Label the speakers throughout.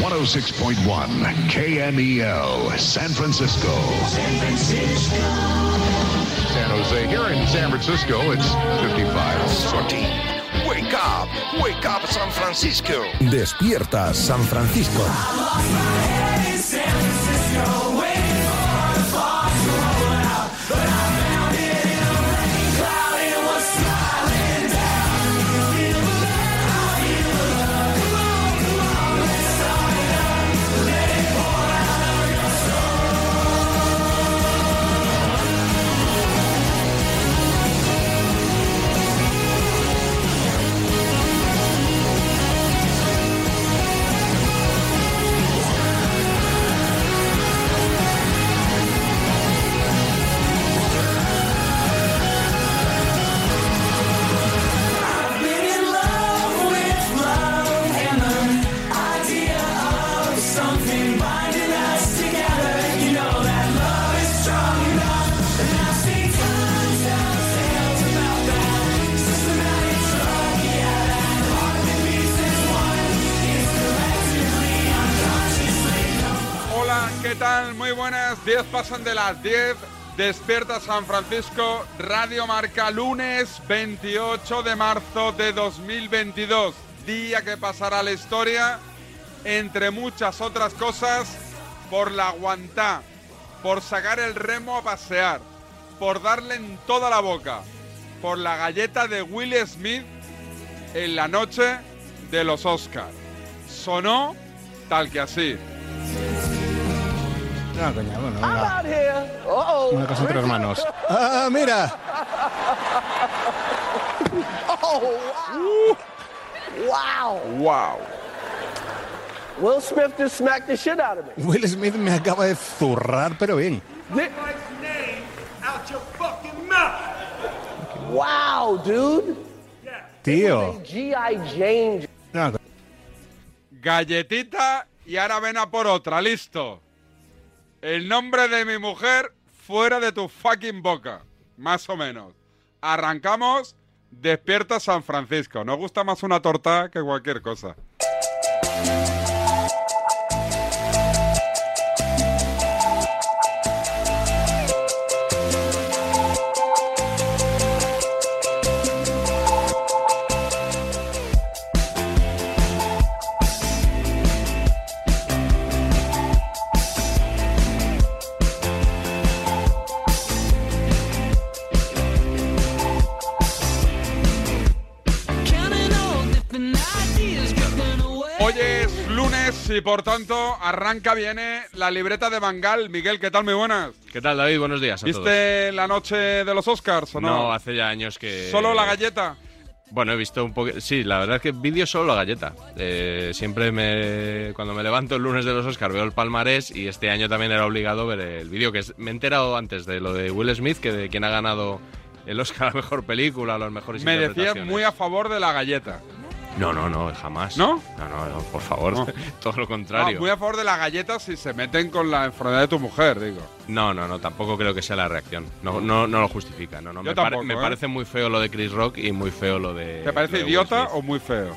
Speaker 1: 106.1 KMEL, E San Francisco.
Speaker 2: San Francisco.
Speaker 1: San Jose. Here in San Francisco, it's 55.
Speaker 3: Sorty. Wake up, wake up San Francisco.
Speaker 4: Despierta San Francisco.
Speaker 5: Hola, ¿qué tal? Muy buenas. 10 pasan de las 10. Despierta San Francisco, Radio Marca, lunes 28 de marzo de 2022. Día que pasará la historia, entre muchas otras cosas, por la aguantá, por sacar el remo a pasear, por darle en toda la boca, por la galleta de Will Smith en la noche de los Oscars. Sonó tal que así.
Speaker 6: No, coña, bueno,
Speaker 7: I'm
Speaker 6: venga.
Speaker 7: out here. Uh-oh.
Speaker 6: Una casa entre hermanos. ¡Ah, mira!
Speaker 7: Oh,
Speaker 6: Uh.
Speaker 7: wow. wow.
Speaker 5: ¡Wow!
Speaker 7: Will Smith just smacked the shit out of me.
Speaker 6: Will Smith me acaba de zurrar, pero bien.
Speaker 7: Wow, dude.
Speaker 6: Tío.
Speaker 7: G.I. Jane.
Speaker 6: No, co-
Speaker 5: Galletita y ahora ven a por otra, listo. El nombre de mi mujer fuera de tu fucking boca, más o menos. Arrancamos, despierta San Francisco. Nos gusta más una torta que cualquier cosa. Hoy es lunes y por tanto arranca viene la libreta de Bangal. Miguel, ¿qué tal? Muy buenas.
Speaker 8: ¿Qué tal, David? Buenos días a todos.
Speaker 5: ¿Viste la noche de los Oscars o no?
Speaker 8: No, hace ya años que...
Speaker 5: Solo la galleta.
Speaker 8: Bueno, he visto un poco... Sí, la verdad es que vídeo solo la galleta. Eh, siempre me... Cuando me levanto el lunes de los Oscar veo el palmarés y este año también era obligado ver el vídeo, que es- me he enterado antes de lo de Will Smith, que de quien ha ganado el Oscar a Mejor Película, a los mejores
Speaker 5: Me decía
Speaker 8: interpretaciones.
Speaker 5: muy a favor de la galleta.
Speaker 8: No, no, no, jamás.
Speaker 5: ¿No?
Speaker 8: No, no, no, por favor.
Speaker 5: No.
Speaker 8: Todo lo contrario.
Speaker 5: No, Ah, muy a favor de la galleta si se meten con la enfermedad de tu mujer, digo.
Speaker 8: No, no, no, tampoco creo que sea la reacción. No, no, no lo justifica. No, no.
Speaker 5: Yo
Speaker 8: me, pare-
Speaker 5: tampoco,
Speaker 8: me
Speaker 5: ¿eh?
Speaker 8: parece muy feo lo de Chris Rock y muy feo lo de.
Speaker 5: ¿Te parece
Speaker 8: lo de Will
Speaker 5: idiota
Speaker 8: Smith.
Speaker 5: o muy feo?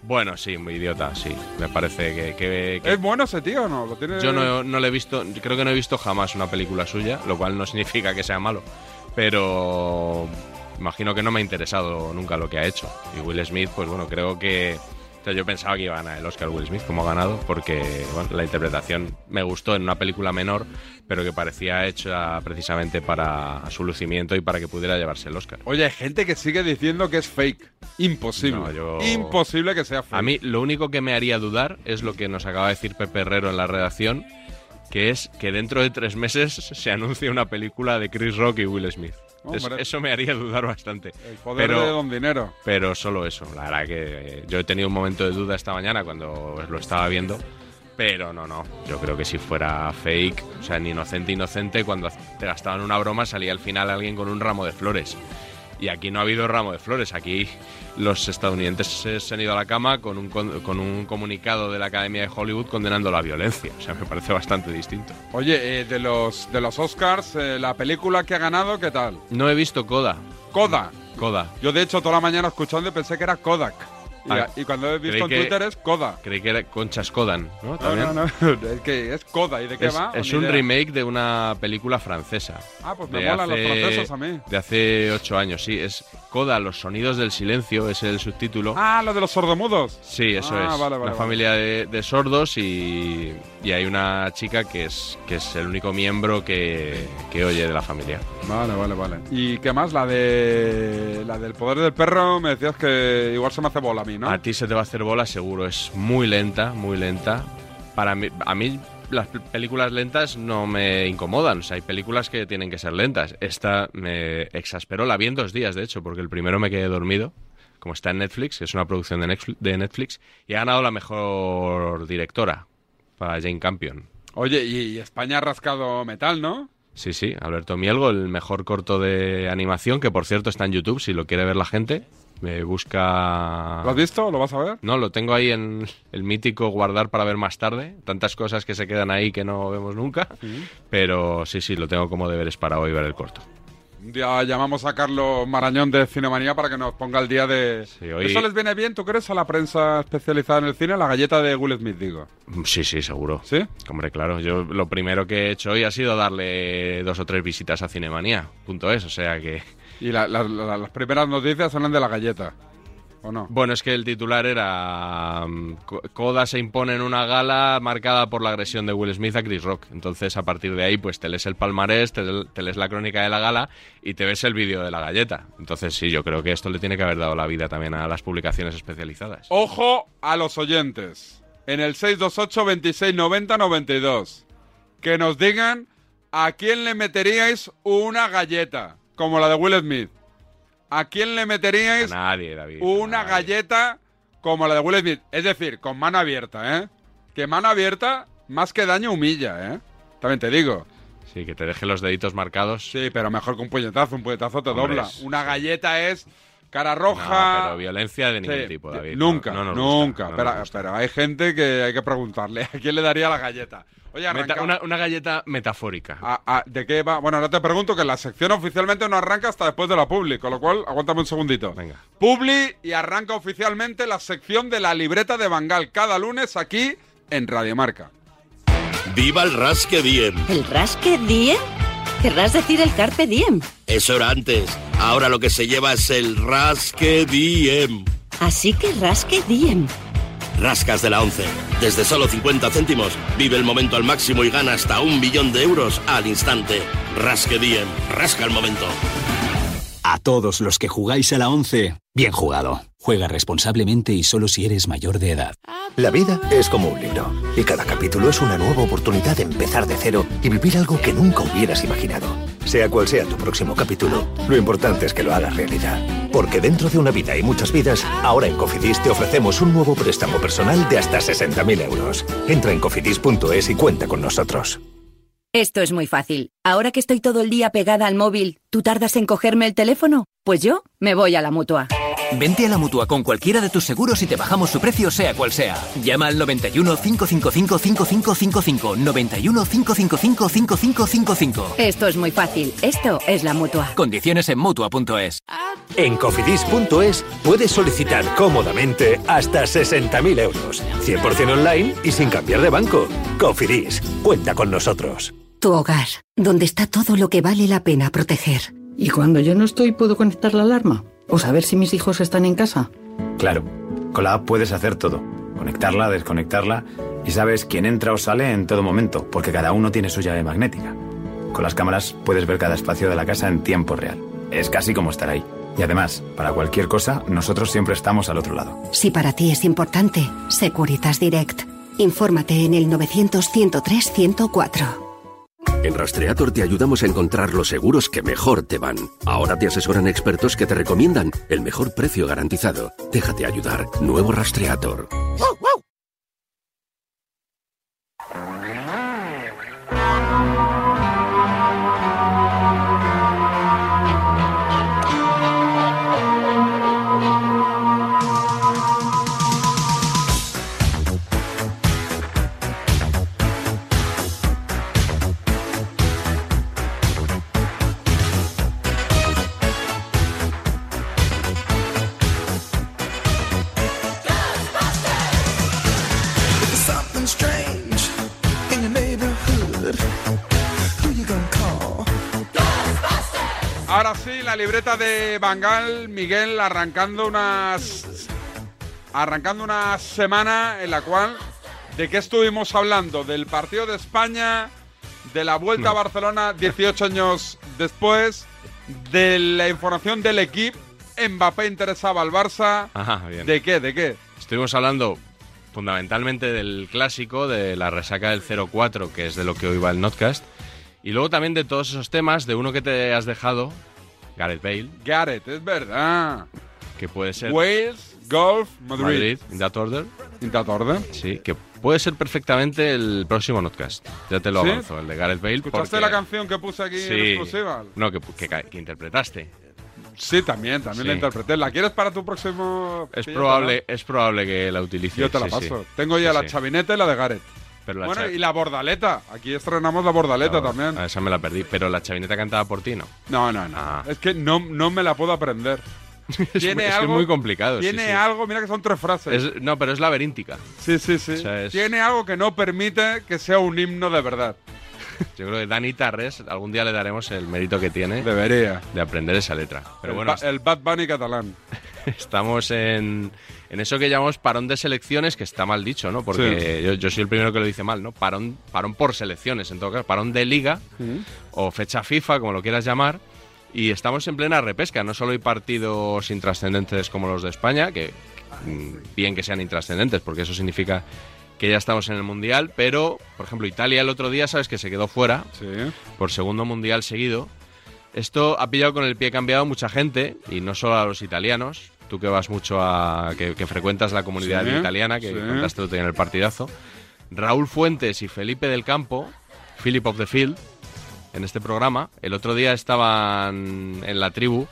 Speaker 8: Bueno, sí, muy idiota, sí. Me parece que. que- que-
Speaker 5: ¿Es bueno ese tío o no? ¿Lo tiene...
Speaker 8: yo no, no le he visto. Creo que no he visto jamás una película suya, lo cual no significa que sea malo. Pero. Imagino que no me ha interesado nunca lo que ha hecho. Y Will Smith, pues bueno, creo que. o sea, yo pensaba que iba a ganar el Oscar Will Smith, como ha ganado, porque bueno, la interpretación me gustó en una película menor, pero que parecía hecha precisamente para su lucimiento y para que pudiera llevarse el Oscar.
Speaker 5: Oye, hay gente que sigue diciendo que es fake. Imposible.
Speaker 8: No, yo-
Speaker 5: Imposible que sea fake.
Speaker 8: A mí lo único que me haría dudar es lo que nos acaba de decir Pepe Herrero en la redacción, que es que dentro de tres meses se anuncia una película de Chris Rock y Will Smith. Es-
Speaker 5: Hombre.
Speaker 8: eso me haría dudar bastante.
Speaker 5: El poder
Speaker 8: pero,
Speaker 5: de Don Dinero.
Speaker 8: pero solo eso. La verdad que eh, yo he tenido un momento de duda esta mañana cuando lo estaba viendo. Pero no, no. Yo creo que si fuera fake, o sea, en Inocente Inocente, cuando te gastaban una broma salía al final alguien con un ramo de flores. Y aquí no ha habido ramo de flores. Aquí los estadounidenses se se han ido a la cama con un, con, con un comunicado de la Academia de Hollywood condenando la violencia. O sea, me parece bastante distinto.
Speaker 5: Oye, eh, de, los, de los Oscars, eh, la película que ha ganado, ¿qué tal?
Speaker 8: No he visto Coda.
Speaker 5: Kodak.
Speaker 8: Coda.
Speaker 5: Yo, de hecho, toda la mañana escuchando y pensé que era Kodak. Y,
Speaker 8: Ah,
Speaker 5: y cuando he
Speaker 8: creí
Speaker 5: visto en
Speaker 8: que-
Speaker 5: Twitter es Coda.
Speaker 8: Creí que era Conchas Codan, ¿no?
Speaker 5: No,
Speaker 8: También.
Speaker 5: no, no. Es que es Coda. ¿Y de qué
Speaker 8: es,
Speaker 5: va?
Speaker 8: es
Speaker 5: Ni
Speaker 8: un
Speaker 5: idea.
Speaker 8: remake de una película francesa.
Speaker 5: Ah, pues me
Speaker 8: de
Speaker 5: molan los franceses a mí.
Speaker 8: De hace ocho años, sí. Es Coda, los sonidos del silencio, es el subtítulo.
Speaker 5: Ah, lo de los sordomudos.
Speaker 8: Sí, eso
Speaker 5: Ah,
Speaker 8: es.
Speaker 5: vale, vale,
Speaker 8: una
Speaker 5: vale.
Speaker 8: familia de, de sordos y, y hay una chica que es, que es el único miembro que, que oye de la familia.
Speaker 5: Vale, vale, vale. ¿Y qué más? La de la del poder del perro me decías que igual se me hace bola a mí, ¿no?
Speaker 8: A ti se te va a hacer bola seguro, es muy lenta, muy lenta. Para mí, a mí las pel- películas lentas no me incomodan, o sea, hay películas que tienen que ser lentas. Esta me exasperó, la vi en dos días, de hecho, porque el primero me quedé dormido, como está en Netflix, es una producción de Netflix, de Netflix y ha ganado la mejor directora para Jane Campion.
Speaker 5: Oye, y, y España ha rascado metal, ¿no?
Speaker 8: Sí, sí, Alberto Mielgo, el mejor corto de animación, que por cierto está en YouTube, si lo quiere ver la gente, me busca...
Speaker 5: ¿Lo has visto? ¿Lo vas a ver?
Speaker 8: No, lo tengo ahí en el mítico guardar para ver más tarde. Tantas cosas que se quedan ahí que no vemos nunca. Pero sí, sí, lo tengo como deberes para hoy ver el corto.
Speaker 5: Un día llamamos a Carlos Marañón de Cinemanía para que nos ponga el día de...
Speaker 8: Sí, hoy-
Speaker 5: ¿Eso les viene bien, tú crees, a la prensa especializada en el cine? La galleta de Will Smith, digo.
Speaker 8: Mm, Sí, sí, seguro.
Speaker 5: ¿Sí?
Speaker 8: Hombre, claro, yo lo primero que he hecho hoy ha sido darle dos o tres visitas a Cinemanía.es, o sea que...
Speaker 5: Y la- la- la- las primeras noticias son las de la galleta. ¿O no?
Speaker 8: Bueno, es que el titular era... mm, Co- Coda se impone en una gala marcada por la agresión de Will Smith a Chris Rock. Entonces, a partir de ahí, pues te lees el palmarés, te, te lees la crónica de la gala y te ves el vídeo de la galleta. Entonces, sí, yo creo que esto le tiene que haber dado la vida también a las publicaciones especializadas.
Speaker 5: Ojo a los oyentes. En el 628 26 90 92. Que nos digan a quién le meteríais una galleta. Como la de Will Smith. ¿A quién le
Speaker 8: A
Speaker 5: meteríais
Speaker 8: nadie, David. a
Speaker 5: una
Speaker 8: nadie.
Speaker 5: galleta como la de Will Smith? Es decir, con mano abierta, ¿eh? Que mano abierta, más que daño, humilla, ¿eh? También te digo.
Speaker 8: Sí, que te deje los deditos marcados.
Speaker 5: Sí, pero mejor que un puñetazo. Un puñetazo te
Speaker 8: Hombre,
Speaker 5: dobla.
Speaker 8: es-
Speaker 5: Una galleta es cara
Speaker 8: No,
Speaker 5: roja.
Speaker 8: pero violencia de ningún
Speaker 5: Sí,
Speaker 8: tipo,
Speaker 5: di-
Speaker 8: David.
Speaker 5: Nunca,
Speaker 8: No- no nos gusta,
Speaker 5: nunca.
Speaker 8: no nos
Speaker 5: pero,
Speaker 8: gusta.
Speaker 5: pero hay gente que hay que preguntarle. ¿A quién le daría la galleta? Oye,
Speaker 8: Meta-
Speaker 5: arranca-
Speaker 8: una, una galleta metafórica.
Speaker 5: a- a- ¿De qué va? Bueno, ahora te pregunto que la sección oficialmente no arranca hasta después de la publi, con lo cual aguántame un segundito.
Speaker 8: Venga.
Speaker 5: Publi y arranca oficialmente la sección de la libreta de Bangal cada lunes aquí en Radiomarca.
Speaker 9: ¡Viva el rasque bien!
Speaker 10: ¿El rasque diem? ¿Querrás decir el carpe diem?
Speaker 9: Eso era antes. Ahora lo que se lleva es el rasque diem.
Speaker 10: Así que rasque diem.
Speaker 9: Rascas de la 11. Desde solo 50 céntimos, vive el momento al máximo y gana hasta un millón de euros al instante. Rasque diem. Rasca el momento.
Speaker 11: A todos los que jugáis a la 11, bien jugado. Juega responsablemente y solo si eres mayor de edad.
Speaker 12: La vida es como un libro y cada capítulo es una nueva oportunidad de empezar de cero y vivir algo que nunca hubieras imaginado. Sea cual sea tu próximo capítulo, lo importante es que lo hagas realidad. Porque dentro de una vida y muchas vidas, ahora en Cofidis te ofrecemos un nuevo préstamo personal de hasta 60.000 euros. Entra en cofidis.es y cuenta con nosotros.
Speaker 10: Esto es muy fácil. Ahora que estoy todo el día pegada al móvil, ¿tú tardas en cogerme el teléfono? Pues yo me voy a la mutua.
Speaker 11: Vente a la mutua con cualquiera de tus seguros y te bajamos su precio, sea cual sea. Llama al 91 555 5555. 91 555 5555.
Speaker 10: Esto es muy fácil. Esto es la mutua.
Speaker 11: Condiciones en mutua.es.
Speaker 12: En cofidis.es puedes solicitar cómodamente hasta 60.000 euros, 100% online y sin cambiar de banco. Cofidis, cuenta con nosotros.
Speaker 10: Tu hogar, donde está todo lo que vale la pena proteger.
Speaker 13: ¿Y cuando yo no estoy puedo conectar la alarma? ¿O saber si mis hijos están en casa?
Speaker 14: Claro, con la app puedes hacer todo. Conectarla, desconectarla y sabes quién entra o sale en todo momento, porque cada uno tiene su llave magnética. Con las cámaras puedes ver cada espacio de la casa en tiempo real. Es casi como estar ahí. Y además, para cualquier cosa, nosotros siempre estamos al otro lado.
Speaker 10: Si para ti es importante, Securitas Direct. Infórmate en el 900-103-104.
Speaker 15: En Rastreator te ayudamos a encontrar los seguros que mejor te van. Ahora te asesoran expertos que te recomiendan el mejor precio garantizado. Déjate ayudar. Nuevo Rastreator.
Speaker 5: así la libreta de Bangal, Miguel, arrancando unas. Arrancando una semana en la cual. ¿De qué estuvimos hablando? Del partido de España, de la vuelta a Barcelona 18 años después, de la información del equipo. Mbappé interesaba al Barça.
Speaker 8: Ajá, bien.
Speaker 5: ¿De qué? ¿De qué?
Speaker 8: Estuvimos hablando fundamentalmente del clásico, de la resaca del 04, que es de lo que hoy va el Notcast. Y luego también de todos esos temas, de uno que te has dejado, Gareth Bale.
Speaker 5: Gareth, es verdad.
Speaker 8: Que puede ser.
Speaker 5: Wales, Golf, Madrid.
Speaker 8: in that order.
Speaker 5: In that order.
Speaker 8: Sí, que puede ser perfectamente el próximo Notcast. Ya te lo
Speaker 5: ¿Sí?
Speaker 8: avanzo, el de Gareth Bale.
Speaker 5: ¿Escuchaste
Speaker 8: porque-
Speaker 5: la canción que puse aquí en
Speaker 8: Sí.
Speaker 5: exclusiva?
Speaker 8: No, que, que ca- que interpretaste.
Speaker 5: Sí, también, también la
Speaker 8: Sí.
Speaker 5: interpreté. ¿La quieres para tu próximo.?
Speaker 8: Es
Speaker 5: pillete,
Speaker 8: probable, es probable que la utilices.
Speaker 5: Yo te la
Speaker 8: sí,
Speaker 5: paso.
Speaker 8: sí.
Speaker 5: Tengo ya
Speaker 8: Sí,
Speaker 5: la
Speaker 8: sí.
Speaker 5: chavineta y la de Gareth.
Speaker 8: Pero la
Speaker 5: bueno,
Speaker 8: cha-
Speaker 5: y la bordaleta. Aquí estrenamos la bordaleta
Speaker 8: Ah,
Speaker 5: también.
Speaker 8: a esa me la perdí. Pero la chavineta cantada por ti, ¿no?
Speaker 5: No, no, no. Es que no, no me la puedo aprender.
Speaker 8: muy- es que es muy complicado, sí,
Speaker 5: Tiene
Speaker 8: sí.
Speaker 5: algo, mira que son tres frases.
Speaker 8: Es- no, pero es laberíntica.
Speaker 5: Sí, sí, sí.
Speaker 8: O sea, es-
Speaker 5: Tiene algo que no permite que sea un himno de verdad.
Speaker 8: Yo creo que Dani Tarres, algún día le daremos el mérito que tiene.
Speaker 5: Debería.
Speaker 8: De aprender esa letra. Pero
Speaker 5: el,
Speaker 8: bueno,
Speaker 5: ba- el Bad Bunny catalán.
Speaker 8: estamos en, en eso que llamamos parón de selecciones, que está mal dicho, ¿no? Porque yo, yo soy el primero que lo dice mal, ¿no? Parón, parón por selecciones, en todo caso. Parón de liga o fecha FIFA, como lo quieras llamar. Y estamos en plena repesca. No solo hay partidos intrascendentes como los de España, que mm, bien que sean intrascendentes, porque eso significa que ya estamos en el Mundial, pero, por ejemplo, Italia el otro día, ¿sabes? Que se quedó fuera por segundo Mundial seguido. Esto ha pillado con el pie cambiado a mucha gente, y no solo a los italianos. Tú que vas mucho a... que, que frecuentas la comunidad
Speaker 5: Sí,
Speaker 8: italiana, que
Speaker 5: sí.
Speaker 8: contaste el otro día en el partidazo. Raúl Fuentes y Felipe del Campo, Philip of the Field, en este programa. El otro día estaban en la tribu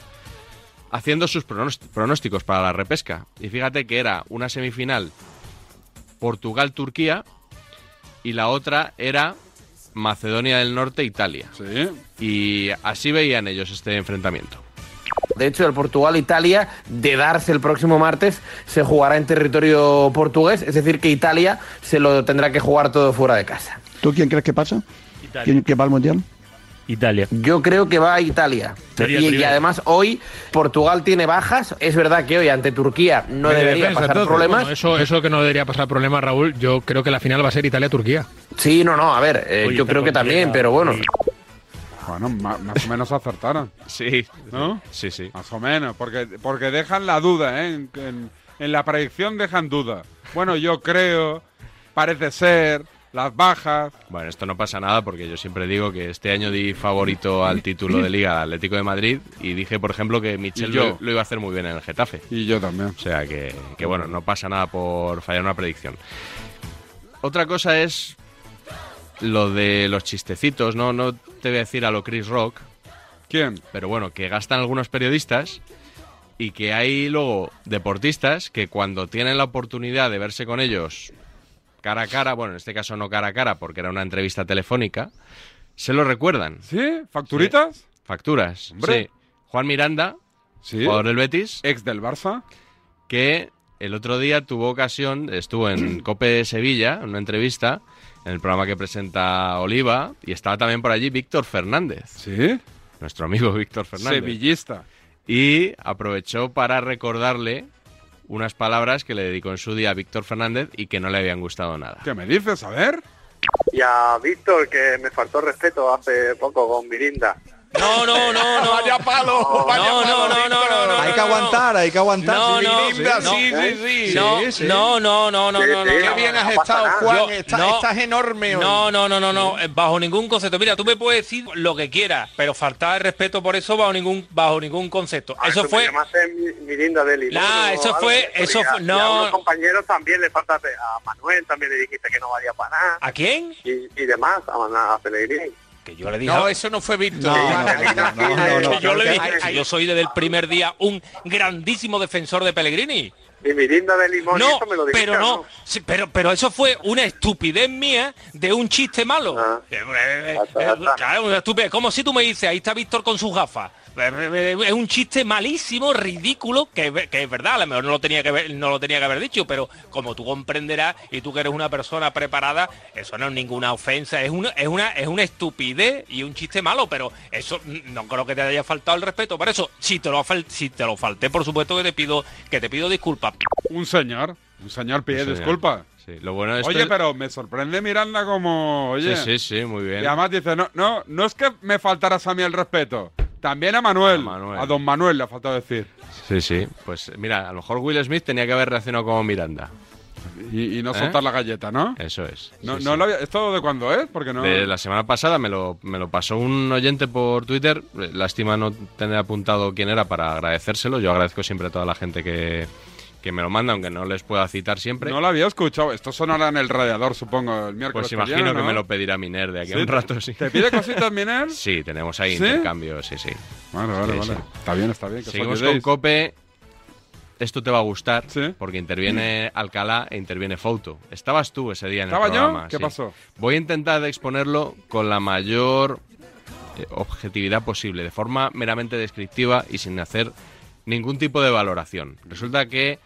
Speaker 8: haciendo sus pronost- pronósticos para la repesca. Y fíjate que era una semifinal Portugal-Turquía y la otra era Macedonia del Norte-Italia. Y así veían ellos este enfrentamiento.
Speaker 16: De hecho, el Portugal-Italia, de darse el próximo martes, se jugará en territorio portugués, es decir, que Italia se lo tendrá que jugar todo fuera de casa.
Speaker 17: ¿Tú quién crees que pasa? ¿Quién que va al mundial?
Speaker 18: Italia.
Speaker 16: Yo creo que va a Italia.
Speaker 18: Sería el
Speaker 16: Y, y
Speaker 18: primero.
Speaker 16: además hoy Portugal tiene bajas. Es verdad que hoy ante Turquía no
Speaker 18: Media
Speaker 16: debería
Speaker 18: defensa,
Speaker 16: pasar
Speaker 18: entonces.
Speaker 16: problemas.
Speaker 18: Bueno, eso, eso que no debería pasar problemas, Raúl. Yo creo que la final va a ser Italia-Turquía.
Speaker 16: Sí, no, no, a ver, eh,
Speaker 18: Oye,
Speaker 16: yo
Speaker 18: está
Speaker 16: creo que
Speaker 18: con
Speaker 16: también,
Speaker 18: Griega,
Speaker 16: pero bueno.
Speaker 5: Bueno, ma- más o menos acertaron.
Speaker 8: Sí.
Speaker 5: ¿No?
Speaker 8: Sí, sí.
Speaker 5: Más o menos, porque, porque dejan la duda, ¿eh? En, en- en la predicción dejan duda. Bueno, yo creo, parece ser, las bajas.
Speaker 8: Bueno, esto no pasa nada porque yo siempre digo que este año di favorito al título de Liga al Atlético de Madrid y dije, por ejemplo, que Michel
Speaker 5: Y yo.
Speaker 8: lo, lo iba a hacer muy bien en el Getafe.
Speaker 5: Y yo también. O
Speaker 8: sea que, que, bueno, no pasa nada por fallar una predicción. Otra cosa es lo de los chistecitos, ¿no? No te voy a decir a lo Chris Rock.
Speaker 5: ¿Quién?
Speaker 8: Pero bueno, que gastan algunos periodistas y que hay luego deportistas que cuando tienen la oportunidad de verse con ellos cara a cara, bueno, en este caso no cara a cara porque era una entrevista telefónica, se lo recuerdan.
Speaker 5: ¿Sí? ¿Facturitas?
Speaker 8: Facturas.
Speaker 5: Hombre.
Speaker 8: Sí. Juan Miranda, jugador del Betis.
Speaker 5: Ex del Barça.
Speaker 8: Que el otro día tuvo ocasión, estuvo en Cope de Sevilla, en una entrevista, en el programa que presenta Oliva, y estaba también por allí Víctor Fernández.
Speaker 5: Sí.
Speaker 8: Nuestro amigo Víctor Fernández.
Speaker 5: Sevillista.
Speaker 8: Y aprovechó para recordarle unas palabras que le dedicó en su día a Víctor Fernández y que no le habían gustado nada.
Speaker 5: ¿Qué me dices? A ver.
Speaker 19: Y a Víctor, que me faltó respeto hace poco con Mirinda.
Speaker 20: No, no, no, no. Vaya palo, vaya no, palo. No, no, no, no, no.
Speaker 6: Hay que aguantar, hay que aguantar.
Speaker 20: No, no, no, No, no, no, no, no, no, no,
Speaker 21: Qué
Speaker 20: no,
Speaker 21: bien
Speaker 20: no,
Speaker 21: has
Speaker 20: no pasa
Speaker 21: estado,
Speaker 20: nada.
Speaker 21: Juan.
Speaker 20: Yo-
Speaker 21: Está-
Speaker 20: no,
Speaker 21: estás enorme hoy.
Speaker 20: No, no, no, no, no. eh, Bajo ningún concepto. Mira, tú me puedes decir lo que quieras, pero faltar el respeto por eso bajo ningún, bajo ningún conceppto.
Speaker 21: Ah,
Speaker 20: eso
Speaker 19: Me
Speaker 20: fue.
Speaker 19: llamaste mi- Mirinda de Limón.
Speaker 20: Nah,
Speaker 19: o
Speaker 20: eso
Speaker 19: algo
Speaker 20: fue-
Speaker 19: de
Speaker 20: eso
Speaker 19: y a-
Speaker 20: fue-
Speaker 19: y
Speaker 20: no.
Speaker 19: A unos compañeros también le faltaste. A Manuel también le dijiste que no valía para nada.
Speaker 20: ¿A quién?
Speaker 19: Y, y demás, a, a Pellegrini.
Speaker 20: Que yo le dije.
Speaker 21: No, eso no fue Víctor.
Speaker 20: Que yo le dije.
Speaker 21: Ay, ay,
Speaker 20: Yo soy desde el primer día un grandísimo defensor de Pellegrini.
Speaker 19: Y Mirinda de Limón,
Speaker 20: No,
Speaker 19: eso me lo dijiste.
Speaker 20: pero
Speaker 19: ¿o
Speaker 20: no, sí, pero pero eso fue una estupidez mía de un chiste malo. Eh, eh, eh, claro, una estupidez. Como si tú me dices, ahí está Víctor con sus gafas. Es un chiste malísimo, ridículo, que, que es verdad, a lo mejor no lo tenía que haber, no lo tenía que haber dicho, pero como tú comprenderás y tú que eres una persona preparada, eso no es ninguna ofensa, es una, es una, es una estupidez y un chiste malo, pero eso mm, no creo que te haya faltado el respeto. Por eso, si te lo, fal- si te lo falté, por supuesto que te pido, que te pido disculpas.
Speaker 5: Un señor, un señor pide
Speaker 8: señor.
Speaker 5: disculpas.
Speaker 8: Sí, lo bueno de esto
Speaker 5: Oye,
Speaker 8: es-
Speaker 5: pero me sorprende mirarla como. Oye.
Speaker 8: Sí, sí, sí, muy bien.
Speaker 5: Y además dice, no, no, no es que me faltaras a mí el respeto. También a Manuel. A, don Manuel le ha faltado decir.
Speaker 8: Sí, sí. Pues mira, a lo mejor Will Smith tenía que haber reaccionado como Miranda.
Speaker 5: Y, y no soltar la galleta, ¿no?
Speaker 8: Eso es.
Speaker 5: No,
Speaker 8: Sí,
Speaker 5: no
Speaker 8: sí.
Speaker 5: lo había- ¿Esto de cuándo es? Porque no. eh.
Speaker 8: De la semana pasada me lo, me lo pasó un oyente por Twitter. Eh, Lástima no tener apuntado quién era para agradecérselo. Yo agradezco siempre a toda la gente que, que me lo manda, aunque no les pueda citar siempre.
Speaker 5: No lo había escuchado. Esto sonará en el radiador, supongo, el miércoles.
Speaker 8: pues imagino
Speaker 5: viene,
Speaker 8: que
Speaker 5: ¿no?
Speaker 8: me lo pedirá Miner de aquí a
Speaker 5: Sí,
Speaker 8: un rato, sí.
Speaker 5: ¿Te pide cositas, Miner?
Speaker 8: Sí, tenemos ahí
Speaker 5: ¿Sí?
Speaker 8: intercambio, sí, sí.
Speaker 5: Vale, vale, vale. Está bien, está bien. ¿eh? que os
Speaker 8: Seguimos con
Speaker 5: ayudéis.
Speaker 8: Cope. Esto te va a gustar porque interviene Alcalá e interviene Fouto. Estabas tú ese día en
Speaker 5: ¿Estaba
Speaker 8: el
Speaker 5: yo?
Speaker 8: programa.
Speaker 5: ¿Qué pasó?
Speaker 8: Voy a intentar exponerlo con la mayor eh, objetividad posible, de forma meramente descriptiva y sin hacer ningún tipo de valoración. Resulta que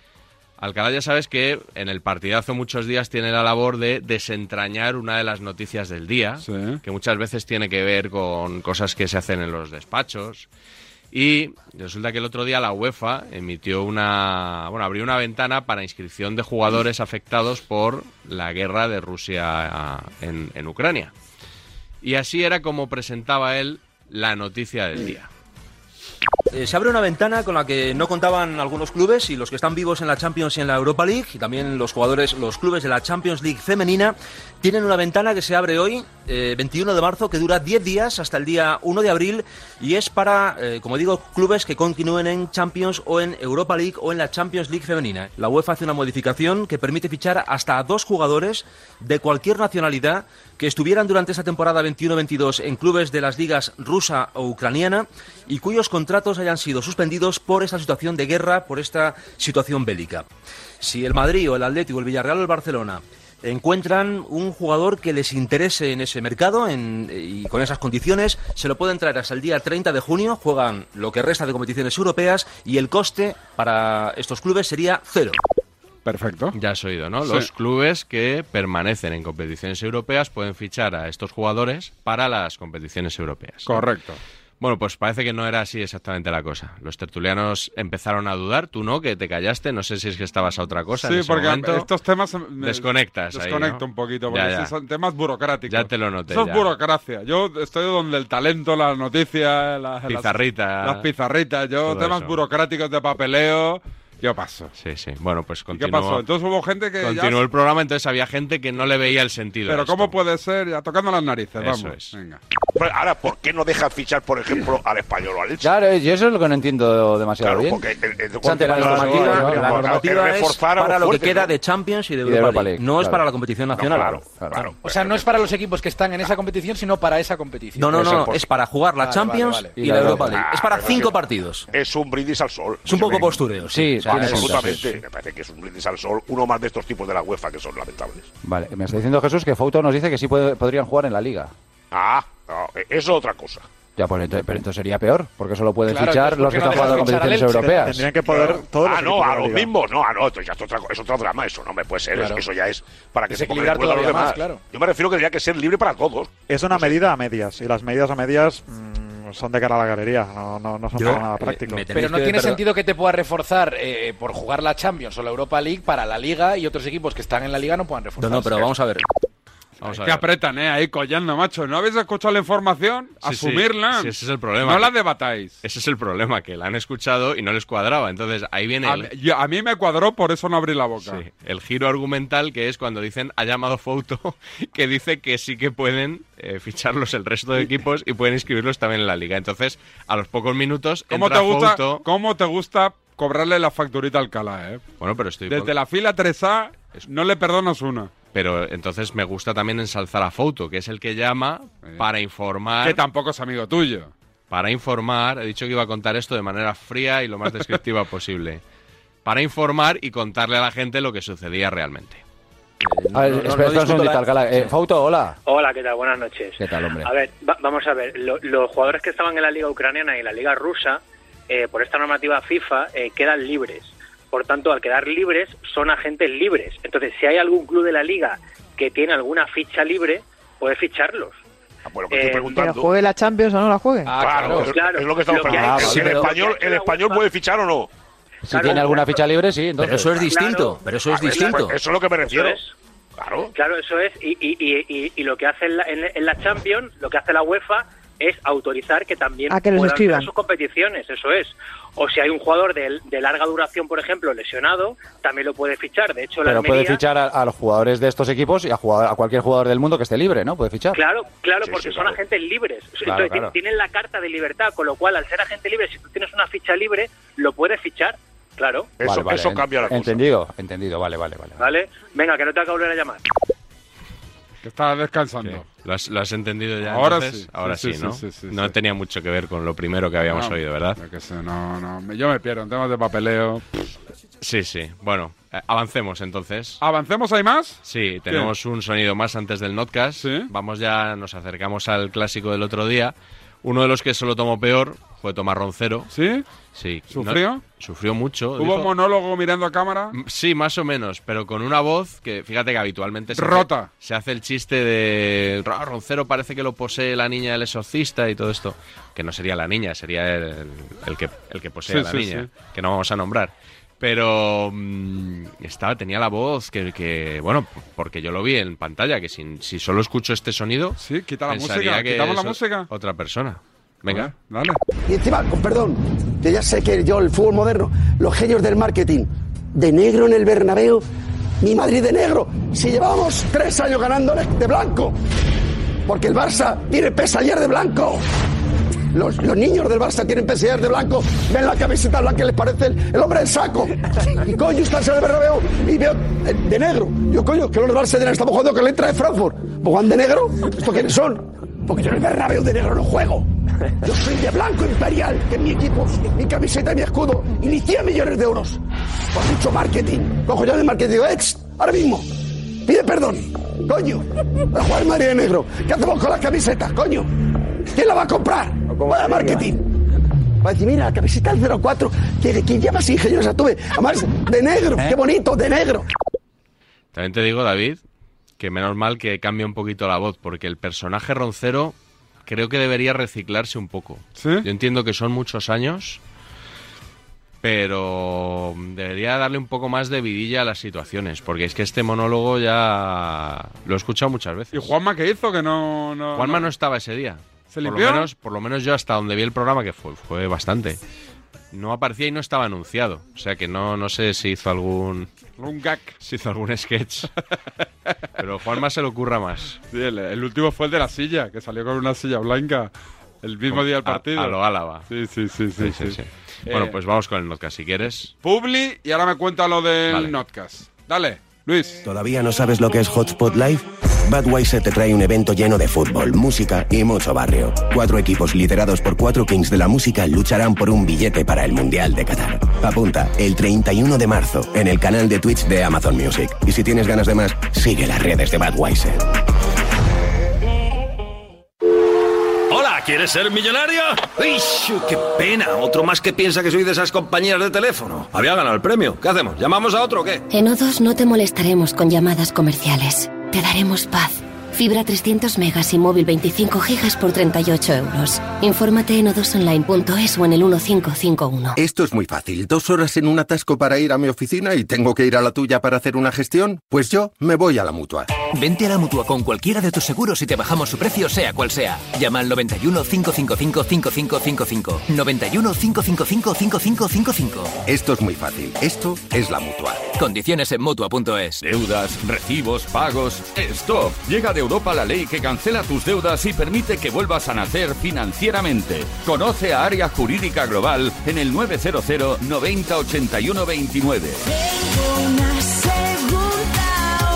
Speaker 8: Alcalá ya sabes que en el partidazo muchos días tiene la labor de desentrañar una de las noticias del día, que muchas veces tiene que ver con cosas que se hacen en los despachos. Y resulta que el otro día la UEFA emitió una, bueno, abrió una ventana para inscripción de jugadores afectados por la guerra de Rusia ah, en, en Ucrania. Y así era como presentaba él la noticia del día.
Speaker 2: Eh, se abre una ventana con la que no contaban algunos clubes y los que están vivos en la Champions y en la Europa League y también los jugadores, los clubes de la Champions League femenina tienen una ventana que se abre hoy, eh, 21 de marzo, que dura 10 días hasta el día 1 de abril y es para, eh, como digo, clubes que continúen en Champions o en Europa League o en la Champions League femenina. La UEFA hace una modificación que permite fichar hasta a dos jugadores de cualquier nacionalidad que estuvieran durante esta temporada 21-22 en clubes de las ligas rusa o ucraniana y cuyos contratos hayan sido suspendidos por esta situación de guerra, por esta situación bélica. Si el Madrid o el Atlético, el Villarreal o el Barcelona encuentran un jugador que les interese en ese mercado en- y con esas condiciones, se lo pueden traer hasta el día 30 de junio, juegan lo que resta de competiciones europeas y el coste para estos clubes sería cero.
Speaker 5: Perfecto.
Speaker 8: Ya has oído, ¿no?
Speaker 2: Sí.
Speaker 8: Los clubes que permanecen en competiciones europeas pueden fichar a estos jugadores para las competiciones europeas.
Speaker 5: Correcto.
Speaker 8: Bueno, pues parece que no era así exactamente la cosa. Los tertulianos empezaron a dudar, tú no, que te callaste, no sé si es que estabas a otra cosa. en
Speaker 5: Sí,
Speaker 8: ese
Speaker 5: porque
Speaker 8: momento.
Speaker 5: estos temas. me-
Speaker 8: Desconectas ahí,
Speaker 5: Desconecto
Speaker 8: ¿no?
Speaker 5: un poquito, porque
Speaker 8: Ya, ya.
Speaker 5: esos son temas burocráticos.
Speaker 8: Ya te lo noté.
Speaker 5: Eso es
Speaker 8: ya.
Speaker 5: burocracia. Yo estoy donde el talento, las noticias, las las-
Speaker 8: Pizarrita.
Speaker 5: Las, pizarritas. Yo
Speaker 8: Todo
Speaker 5: temas
Speaker 8: eso.
Speaker 5: burocráticos de papeleo. Yo paso.
Speaker 8: Sí, sí. Bueno, pues
Speaker 5: ¿Y qué
Speaker 8: continuó.
Speaker 5: pasó? Entonces hubo gente que. ya-
Speaker 8: continuó el programa, entonces había gente que no le veía el sentido.
Speaker 5: Pero
Speaker 8: a esto.
Speaker 5: ¿cómo puede ser? Ya tocando las narices,
Speaker 8: Eso
Speaker 5: vamos.
Speaker 8: es.
Speaker 5: Venga.
Speaker 3: Hombre, Ahora, ¿por qué no dejan fichar, por ejemplo, al español o al Elche?
Speaker 22: Claro, eh, yo eso es lo que no entiendo demasiado
Speaker 3: Claro,
Speaker 22: bien.
Speaker 3: porque el- el- el-
Speaker 22: Ante la
Speaker 3: Claro,
Speaker 22: normativa,
Speaker 3: claro,
Speaker 22: la
Speaker 3: claro,
Speaker 22: normativa
Speaker 3: es reforzar a
Speaker 22: es
Speaker 2: para
Speaker 22: los
Speaker 2: lo que
Speaker 22: fuertes,
Speaker 2: queda
Speaker 22: ¿no?
Speaker 2: de Champions
Speaker 22: Y
Speaker 2: y de
Speaker 22: de
Speaker 2: Europa,
Speaker 22: Europa
Speaker 2: League.
Speaker 22: League,
Speaker 2: No es
Speaker 22: claro.
Speaker 2: para la competición
Speaker 22: No,
Speaker 2: nacional.
Speaker 22: claro, claro.
Speaker 23: O sea, no es para los equipos que están en esa competición, sino para esa competición.
Speaker 2: No, no, no, es para jugar la
Speaker 23: Vale,
Speaker 2: Champions
Speaker 23: vale, vale.
Speaker 2: y la Europa League.
Speaker 3: Ah,
Speaker 2: Es para
Speaker 3: pero
Speaker 2: cinco
Speaker 3: sí.
Speaker 2: partidos.
Speaker 3: Es un brindis al sol.
Speaker 2: Es un poco postureo.
Speaker 22: Sí,
Speaker 2: o sea,
Speaker 22: tiene
Speaker 2: es-
Speaker 22: pinta, sí,
Speaker 3: Absolutamente. Me parece que es un brindis al sol, uno más de estos tipos de la UEFA que son lamentables.
Speaker 22: Vale, me está diciendo Jesús que Fouto nos dice que sí puede- podrían jugar en la liga.
Speaker 3: Ah, no, eh, eso es otra cosa.
Speaker 22: Ya, pues entonces, pero entonces sería peor, porque solo pueden
Speaker 3: Claro,
Speaker 22: fichar
Speaker 3: entonces, ¿por
Speaker 22: los
Speaker 3: qué
Speaker 22: que
Speaker 3: no
Speaker 22: están jugando
Speaker 3: dejan fichar al
Speaker 22: competiciones
Speaker 3: Elche?
Speaker 22: europeas.
Speaker 3: Tendrían que
Speaker 22: poder todos los
Speaker 3: ah, no,
Speaker 22: equipos de
Speaker 3: a
Speaker 22: la
Speaker 3: los
Speaker 22: liga.
Speaker 3: mismos, no, ah, no, esto ya es otra, co- es otro drama, eso no me puede ser, es-
Speaker 24: Claro.
Speaker 3: eso ya es para que se pongan de
Speaker 24: Desequilibrar
Speaker 3: acuerdo a los
Speaker 24: todavía
Speaker 3: demás.
Speaker 24: más, claro.
Speaker 3: Yo me refiero que tendría que ser libre para todos.
Speaker 24: Es una medida a medias y las medidas a medias mm, son de cara a la galería, no, no, no son
Speaker 23: Yo,
Speaker 24: para nada
Speaker 23: eh,
Speaker 24: práctico.
Speaker 23: Pero no tiene sentido que te puedas reforzar eh, por jugar la Champions o la Europa League para la Liga y otros equipos que están en la Liga no puedan reforzar.
Speaker 2: No, no, pero vamos a ver.
Speaker 8: Vamos a
Speaker 5: Que
Speaker 8: ver.
Speaker 5: apretan, ¿eh? Ahí collando, macho. ¿No habéis escuchado la información?
Speaker 8: Sí, sí.
Speaker 5: Asumirla.
Speaker 8: Sí, ese es el problema.
Speaker 5: No la debatáis.
Speaker 8: Ese es el problema, que la han escuchado y no les cuadraba. Entonces ahí viene
Speaker 5: A,
Speaker 8: el,
Speaker 5: mí- yo- a mí me cuadró, por eso no abrí la boca.
Speaker 8: Sí, el giro argumental que es cuando dicen ha llamado Fouto, que dice que sí que pueden eh, ficharlos el resto de equipos y pueden inscribirlos también en la liga. Entonces, a los pocos minutos,
Speaker 5: ¿Cómo,
Speaker 8: entra
Speaker 5: te gusta,
Speaker 8: Fouto.
Speaker 5: ¿Cómo te gusta cobrarle la facturita al Alcalá, eh?
Speaker 8: Bueno, pero estoy.
Speaker 5: Desde la fila 3A no le perdonas una.
Speaker 8: Pero entonces me gusta también ensalzar a Fouto, que es el que llama para informar.
Speaker 5: Que tampoco es amigo tuyo.
Speaker 8: Para informar, he dicho que iba a contar esto de manera fría y lo más descriptiva posible. Para informar y contarle a la gente lo que sucedía realmente.
Speaker 4: A ver,
Speaker 22: no, no,
Speaker 4: espera,
Speaker 22: no
Speaker 4: espera un segundito,
Speaker 22: discuto la-
Speaker 4: Alcalá. Eh, Fauto, hola.
Speaker 22: Hola, ¿qué tal? Buenas noches.
Speaker 4: ¿Qué tal, hombre?
Speaker 22: A ver, va- vamos a ver, lo- los jugadores que estaban en la liga ucraniana y la liga rusa, eh, por esta normativa FIFA, eh, quedan libres. Por tanto, al quedar libres, son agentes libres. Entonces, si hay algún club de la liga que tiene alguna ficha libre, puede ficharlos. Eh,
Speaker 25: bueno,
Speaker 22: que estoy
Speaker 26: ¿Que
Speaker 22: preguntando.
Speaker 26: juegue la Champions o no la juegue?
Speaker 23: Ah,
Speaker 25: Claro, es- es lo que estamos
Speaker 22: Lo que hay-
Speaker 25: preguntando. Si el
Speaker 22: pero-
Speaker 25: español, el español puede fichar o no.
Speaker 4: Ah, Si
Speaker 22: Claro,
Speaker 4: tiene alguna ficha libre, sí. Entonces.
Speaker 22: eso es distinto, Claro. pero eso es
Speaker 25: A ver,
Speaker 22: distinto.
Speaker 25: pues eso es lo que me refiero.
Speaker 22: Eso es. Claro. eso es. Y, y- y- y- y lo que hace en la, en- en la Champions, lo que hace la UEFA es autorizar que también
Speaker 26: A que los
Speaker 22: puedan hacer
Speaker 26: escriban.
Speaker 22: sus competiciones, eso es. O si hay un jugador de, de larga duración, por ejemplo, lesionado, también lo puede fichar. De hecho, la
Speaker 4: Pero puede
Speaker 22: Almería-
Speaker 4: fichar a, a los jugadores de estos equipos y a, jugador- a cualquier jugador del mundo que esté libre, ¿no? Puede fichar.
Speaker 22: Claro, claro, porque son agentes libres.
Speaker 4: Claro,
Speaker 22: Entonces,
Speaker 4: claro.
Speaker 22: tienen la carta de libertad, con lo cual, al ser agente libre, si tú tienes una ficha libre, lo puedes fichar, claro.
Speaker 4: Vale, vale, en- Entendido, entendido. Vale, vale, vale.
Speaker 22: ¿Vale? Venga, que no te acabo de volver a llamar.
Speaker 5: Que estaba descansando.
Speaker 8: ¿Lo has, lo has entendido ya?
Speaker 5: Ahora
Speaker 8: entonces?
Speaker 5: sí.
Speaker 8: Ahora
Speaker 5: Sí,
Speaker 8: sí,
Speaker 5: sí,
Speaker 8: ¿no?
Speaker 5: sí, sí, sí,
Speaker 8: no
Speaker 5: sí.
Speaker 8: tenía mucho que ver con lo primero que habíamos
Speaker 5: No,
Speaker 8: oído, ¿verdad?
Speaker 5: yo qué sé, no, no. me- Yo me pierdo en temas de papeleo.
Speaker 8: Sí, sí. Bueno, eh, avancemos entonces.
Speaker 5: ¿Avancemos? ¿Hay más?
Speaker 8: Sí, tenemos un sonido más antes del notcast. Vamos ya, nos acercamos al clásico del otro día. Uno de los que solo tomó peor fue Tomás Roncero.
Speaker 5: ¿Sí?
Speaker 8: Sí.
Speaker 5: ¿Sufrió?
Speaker 8: No- sufrió mucho.
Speaker 5: ¿Hubo
Speaker 8: dijo-
Speaker 5: monólogo mirando a cámara?
Speaker 8: Sí, más o menos, pero con una voz que fíjate que habitualmente se
Speaker 5: Rota.
Speaker 8: Hace, se hace el chiste de "Ah, Roncero parece que lo posee la niña del exorcista y todo esto, que no sería la niña, sería el, el que el que posee
Speaker 5: Sí,
Speaker 8: a la
Speaker 5: sí,
Speaker 8: niña,
Speaker 5: sí.
Speaker 8: que no vamos a nombrar. Pero mm, estaba tenía la voz que, que, bueno, porque yo lo vi en pantalla que si, si solo escucho este sonido,
Speaker 5: sí, quita la
Speaker 8: pensaría
Speaker 5: música,
Speaker 8: que
Speaker 5: quitamos la
Speaker 8: es o-
Speaker 5: música.
Speaker 8: Otra persona. Venga.
Speaker 5: Dale.
Speaker 9: Y encima, con perdón, que ya sé que yo, el fútbol moderno, los genios del marketing, de negro en el Bernabéu, mi Madrid de negro, si llevamos tres años ganándoles de blanco, porque el Barça tiene pesaller de blanco. Los, los niños del Barça tienen pesaller de blanco, ven la camiseta blanca que les parece el, el hombre del saco. Y coño, estás en el Bernabéu y veo eh, de negro. Yo, coño, que los del Barça de negro estamos jugando con la letra de Frankfurt. ¿Pues juegan de negro? ¿Esto quiénes son? Porque yo en el Bernabéu de negro no juego. Yo soy de blanco imperial, que es mi equipo, mi camiseta y mi escudo, y ni 100 millones de euros. Por mucho marketing. Cojo yo de marketing y digo, ex, ahora mismo, pide perdón, coño, a jugar en Madrid de negro. ¿Qué hacemos con las camisetas, coño? ¿Quién la va a comprar? Vaya marketing. Va a decir, mira, la camiseta del 04, que de quien llama sin ingeniosa tuve. Además, de negro, qué bonito, de negro.
Speaker 8: También te digo, David, que menos mal que cambie un poquito la voz, porque el personaje roncero creo que debería reciclarse un poco. Yo entiendo que son muchos años, pero debería darle un poco más de vidilla a las situaciones, porque es que este monólogo ya lo he escuchado muchas veces.
Speaker 5: ¿Y Juanma qué hizo? Que no. no
Speaker 8: Juanma no estaba ese día.
Speaker 5: ¿Se
Speaker 8: por, lo
Speaker 5: limpió?
Speaker 8: menos, por lo menos yo hasta donde vi el programa, que fue, fue bastante, no aparecía y no estaba anunciado. O sea que no, no sé si hizo algún...
Speaker 5: Un gag.
Speaker 8: Si hizo algún sketch. Pero Juanma se le ocurra más.
Speaker 5: Sí, el, el último fue el de la silla, que salió con una silla blanca el mismo
Speaker 8: Con-
Speaker 5: día del
Speaker 8: a-
Speaker 5: partido.
Speaker 8: a lo Álava.
Speaker 5: Sí, sí, sí, sí. sí, Eh,
Speaker 8: Bueno, pues vamos con el notcast si quieres.
Speaker 5: Publi y ahora me cuenta lo del Notcast. Dale, Luis.
Speaker 14: ¿Todavía no sabes lo que es Hotspot Live? Budweiser te trae un evento lleno de fútbol, música y mucho barrio. Cuatro equipos liderados por cuatro kings de la música lucharán por un billete para el Mundial de Qatar. Apunta el 31 de marzo en el canal de Twitch de Amazon Music. Y si tienes ganas de más, sigue las redes de Budweiser.
Speaker 27: Hola, ¿quieres ser millonario? ¡Ish! ¡Qué pena! Otro más que piensa que soy de esas compañías de teléfono. Había ganado el premio. ¿Qué hacemos? ¿Llamamos a otro o qué?
Speaker 28: En O2 no te molestaremos con llamadas comerciales. Te daremos paz. Fibra 300 megas y móvil 25 gigas por 38 euros. Infórmate en o2online.es o en el 1551.
Speaker 7: Esto es muy fácil. Dos horas en un atasco para ir a mi oficina y tengo que ir a la tuya para hacer una gestión. Pues yo me voy a la mutua.
Speaker 29: Vente a la mutua con cualquiera de tus seguros y te bajamos su precio, sea cual sea. Llama al 91 555 5555. 91 555 5555.
Speaker 7: Esto es muy fácil. Esto es la mutua.
Speaker 29: Condiciones en mutua.es.
Speaker 30: Deudas, recibos, pagos. ¡Stop! Llega de Europa la ley que cancela tus deudas y permite que vuelvas a nacer financieramente. Conoce a Área Jurídica Global en el 900 90 81 29.
Speaker 7: Una segunda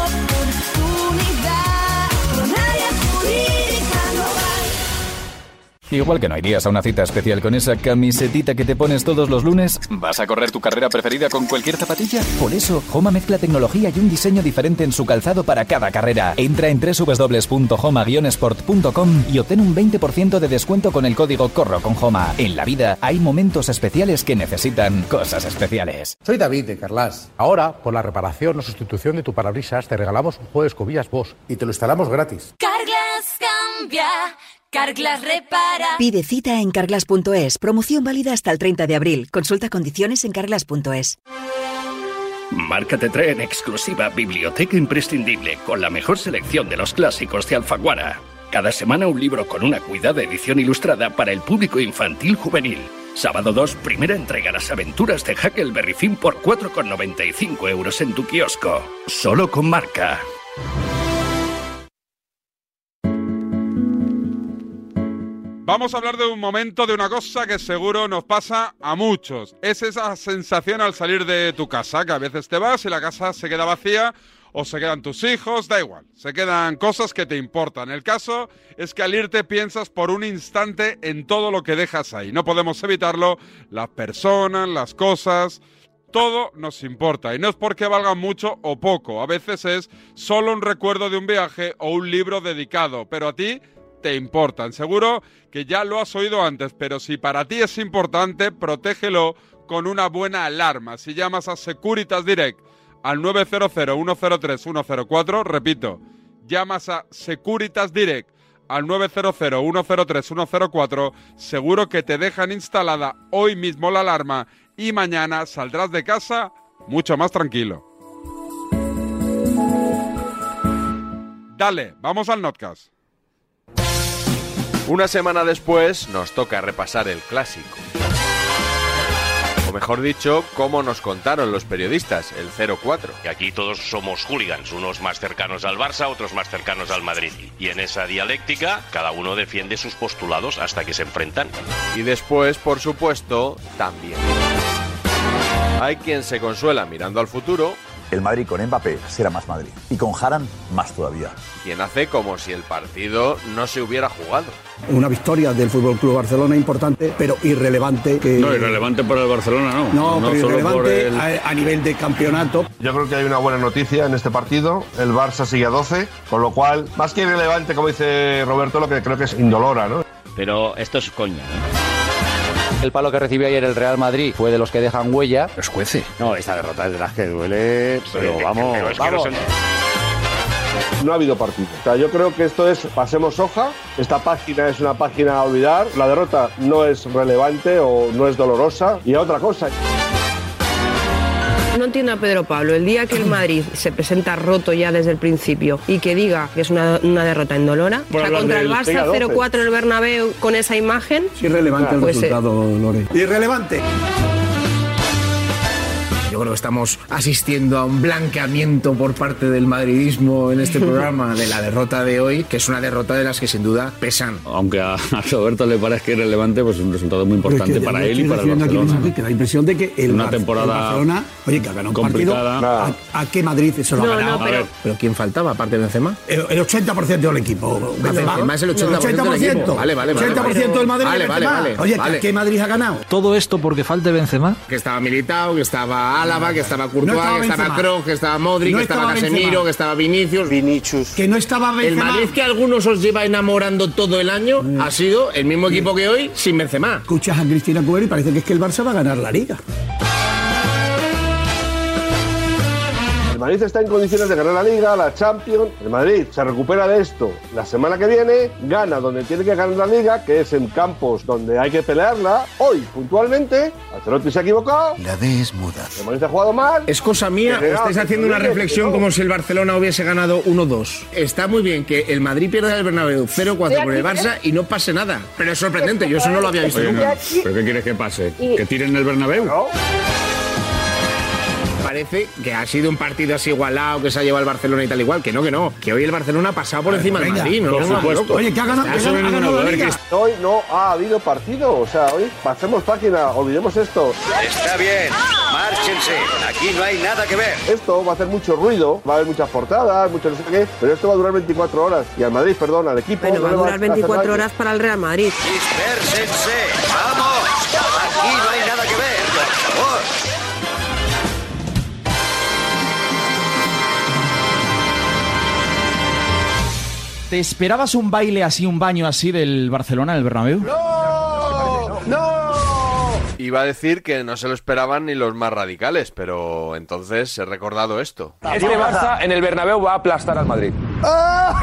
Speaker 7: oportunidad con área jurídica global. Igual que no irías a una cita especial con esa camisetita que te pones todos los lunes,
Speaker 31: ¿Vas a correr tu carrera preferida con cualquier zapatilla?
Speaker 7: Por eso, Homa mezcla tecnología y un diseño diferente en su calzado para cada carrera. Entra en www.homa-sport.com y obtén un 20% de descuento con el código CORRO con Homa. En la vida hay momentos especiales que necesitan cosas especiales.
Speaker 10: Soy David de Carlas. Ahora, por la reparación o sustitución de tu parabrisas, te regalamos un juego de escobillas Bosch y te lo instalamos gratis.
Speaker 12: Carglass cambia, Carglass repara.
Speaker 13: Pide cita en carglass.es. Promoción válida hasta el 30 de abril. Consulta condiciones en carglass.es.
Speaker 14: Marca te trae en exclusiva Biblioteca Imprescindible con la mejor selección de los clásicos de Alfaguara. Cada semana un libro con una cuidada edición ilustrada para el público infantil juvenil. Sábado 2, primera entrega Las aventuras de Huckleberry Finn por 4,95 euros en tu kiosco. Solo con marca.
Speaker 5: Vamos a hablar de un momento, de una cosa que seguro nos pasa a muchos. Es esa sensación al salir de tu casa, que a veces te vas y la casa se queda vacía o se quedan tus hijos, da igual. Se quedan cosas que te importan. El caso es que al irte piensas por un instante en todo lo que dejas ahí. No podemos evitarlo. Las personas, las cosas, todo nos importa. Y no es porque valgan mucho o poco. A veces es solo un recuerdo de un viaje o un libro dedicado. Pero a ti te importan. Seguro que ya lo has oído antes, pero si para ti es importante, protégelo con una buena alarma. Si llamas a Securitas Direct al 900-103-104, repito, llamas a Securitas Direct al 900-103-104, seguro que te dejan instalada hoy mismo la alarma y mañana saldrás de casa mucho más tranquilo. Dale, vamos al notcast.
Speaker 8: Una semana después nos toca repasar el clásico. O mejor dicho, cómo nos contaron los periodistas, el 0-4.
Speaker 15: Y aquí todos somos hooligans, unos más cercanos al Barça, otros más cercanos al Madrid. Y en esa dialéctica, cada uno defiende sus postulados hasta que se enfrentan.
Speaker 8: Y después, por supuesto, también. Hay quien se consuela mirando al futuro,
Speaker 16: El Madrid con Mbappé será más Madrid. Y con Haran, más todavía.
Speaker 8: quien hace como si el partido no se hubiera jugado.
Speaker 17: Una victoria del Fútbol Club Barcelona importante, pero irrelevante. Que...
Speaker 18: No, irrelevante para el Barcelona, no.
Speaker 17: No, pero
Speaker 18: solo por
Speaker 17: irrelevante
Speaker 18: el-
Speaker 17: a, a nivel de campeonato.
Speaker 25: Yo creo que hay una buena noticia en este partido. El Barça sigue a 12, con lo cual, más que irrelevante, como dice Roberto, lo que creo que es indolora, ¿no?
Speaker 32: Pero esto es coña. ¿eh?
Speaker 22: El palo que recibió ayer el Real Madrid fue de los que dejan huella.
Speaker 32: Los jueces. No, esta derrota es de las que duele, pero vamos.
Speaker 25: pero es que
Speaker 22: vamos.
Speaker 25: no No ha habido partido. O sea, yo creo que esto es pasemos hoja. Esta página es una página a olvidar. La derrota no es relevante o no es dolorosa. Y a otra cosa.
Speaker 32: No entiendo a Pedro Pablo. El día que el Madrid se presenta roto ya desde el principio y que diga que es una, una derrota indolora,
Speaker 17: Por
Speaker 32: o sea,
Speaker 17: hablar
Speaker 32: contra el
Speaker 17: del Tega
Speaker 32: Barça
Speaker 17: 12.
Speaker 32: 0-4 en el Bernabéu con esa imagen,
Speaker 17: Es irrelevante el
Speaker 32: pues, eh,
Speaker 17: resultado, Lore. Irrelevante.
Speaker 29: Yo creo que estamos asistiendo a un blanqueamiento por parte del madridismo en este programa de la derrota de hoy, que es una derrota de las que sin duda pesan.
Speaker 18: Aunque a, a Roberto le parezca irrelevante, pues es un resultado muy importante
Speaker 17: Pero es que
Speaker 18: para
Speaker 17: me
Speaker 18: él y
Speaker 17: estoy
Speaker 18: para el
Speaker 17: refiriendo aquí
Speaker 18: Barcelona.
Speaker 17: mismo, que da la impresión de que el,
Speaker 18: Una
Speaker 17: Bar-
Speaker 18: temporada
Speaker 17: el Barcelona, oye, que ha ganado un
Speaker 18: complicada.
Speaker 17: partido. ¿a- ¿A, qué Madrid se lo
Speaker 29: No,
Speaker 17: ha ganado?
Speaker 29: no, pero- A ver.
Speaker 17: ¿quién faltaba aparte de Benzema? El, el 80% del equipo. Benzema.
Speaker 29: Benzema es el 80% del equipo. Vale, vale, vale,
Speaker 17: 80%
Speaker 29: vale.
Speaker 17: del Madrid.
Speaker 29: Vale, vale,
Speaker 17: Benzema.
Speaker 29: vale,
Speaker 17: Oye, ¿a
Speaker 29: vale.
Speaker 17: ¿qué Madrid ha ganado?
Speaker 29: Todo esto porque falte Benzema. Que estaba Militao, que estaba Álava, que estaba Courtois,
Speaker 17: No estaba
Speaker 29: que estaba
Speaker 17: Benzema.
Speaker 29: Kroos, que estaba Modric,
Speaker 17: No
Speaker 29: que estaba,
Speaker 17: estaba
Speaker 29: Casemiro,
Speaker 17: Benzema.
Speaker 29: que estaba Vinicius. Vinicius.
Speaker 17: Que no estaba
Speaker 29: El
Speaker 17: Benzema. Mm.
Speaker 29: Madrid que a algunos os lleva enamorando todo el año ha sido el mismo equipo que hoy sin Benzema.
Speaker 17: Escuchas a Cristina Cubero y parece que es que el Barça va a ganar la Liga.
Speaker 25: El Madrid está en condiciones de ganar la Liga, la Champions. El Madrid se recupera de esto la semana que viene, gana donde tiene que ganar la Liga, que es en campos donde hay que pelearla. Hoy, puntualmente, Ancelotti se ha equivocado.
Speaker 29: La D es muda.
Speaker 25: El Madrid ha jugado mal.
Speaker 29: Es cosa mía, o estáis haciendo una reflexión como si el Barcelona hubiese ganado 1-2. Está muy bien que el Madrid pierda el Bernabéu 0-4 con el Barça y no pase nada. Pero es sorprendente, yo eso no lo había visto
Speaker 18: Oye,
Speaker 29: nunca.
Speaker 18: no, ¿Pero qué quieres que pase?
Speaker 29: Y-
Speaker 18: ¿Que tiren el Bernabéu?
Speaker 29: Parece que ha sido un partido así igualado, que se ha llevado el Barcelona y tal igual, que no, que no, que hoy el Barcelona ha pasado por encima del
Speaker 25: Venga,
Speaker 29: Madrid, no
Speaker 25: por
Speaker 29: nos volvamos
Speaker 25: supuesto.
Speaker 29: locos. Está sobre ninguna duda, a ver qué
Speaker 25: Hoy no ha habido partido. O sea, hoy pasemos página, olvidemos esto.
Speaker 33: Está bien, marcha.
Speaker 7: Déjense, aquí no hay nada que ver.
Speaker 25: Esto va a hacer mucho ruido, va a haber muchas portadas, mucho no sé qué, pero esto va a durar 24 horas. Y al Madrid, perdón, al equipo.
Speaker 26: Bueno,
Speaker 25: no
Speaker 26: va a
Speaker 25: le
Speaker 26: durar
Speaker 25: hacer
Speaker 26: 24
Speaker 25: daño.
Speaker 26: horas para el Real Madrid.
Speaker 7: ¡Dispersense! ¡Vamos! ¡Aquí no hay nada que ver! ¡Por favor!
Speaker 34: ¿Te esperabas un baile así, un baño así del Barcelona, del Bernabéu?
Speaker 8: Iba a decir que no se lo esperaban ni los más radicales, pero entonces he recordado esto.
Speaker 35: Este Barça en el Bernabéu va a aplastar al Madrid.
Speaker 25: ¡Ah!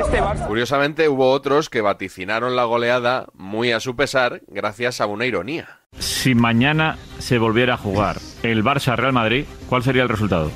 Speaker 35: Este Barça.
Speaker 8: Curiosamente hubo otros que vaticinaron la goleada muy a su pesar gracias a una ironía.
Speaker 36: Si mañana se volviera a jugar el Barça-Real Madrid, ¿cuál sería el resultado?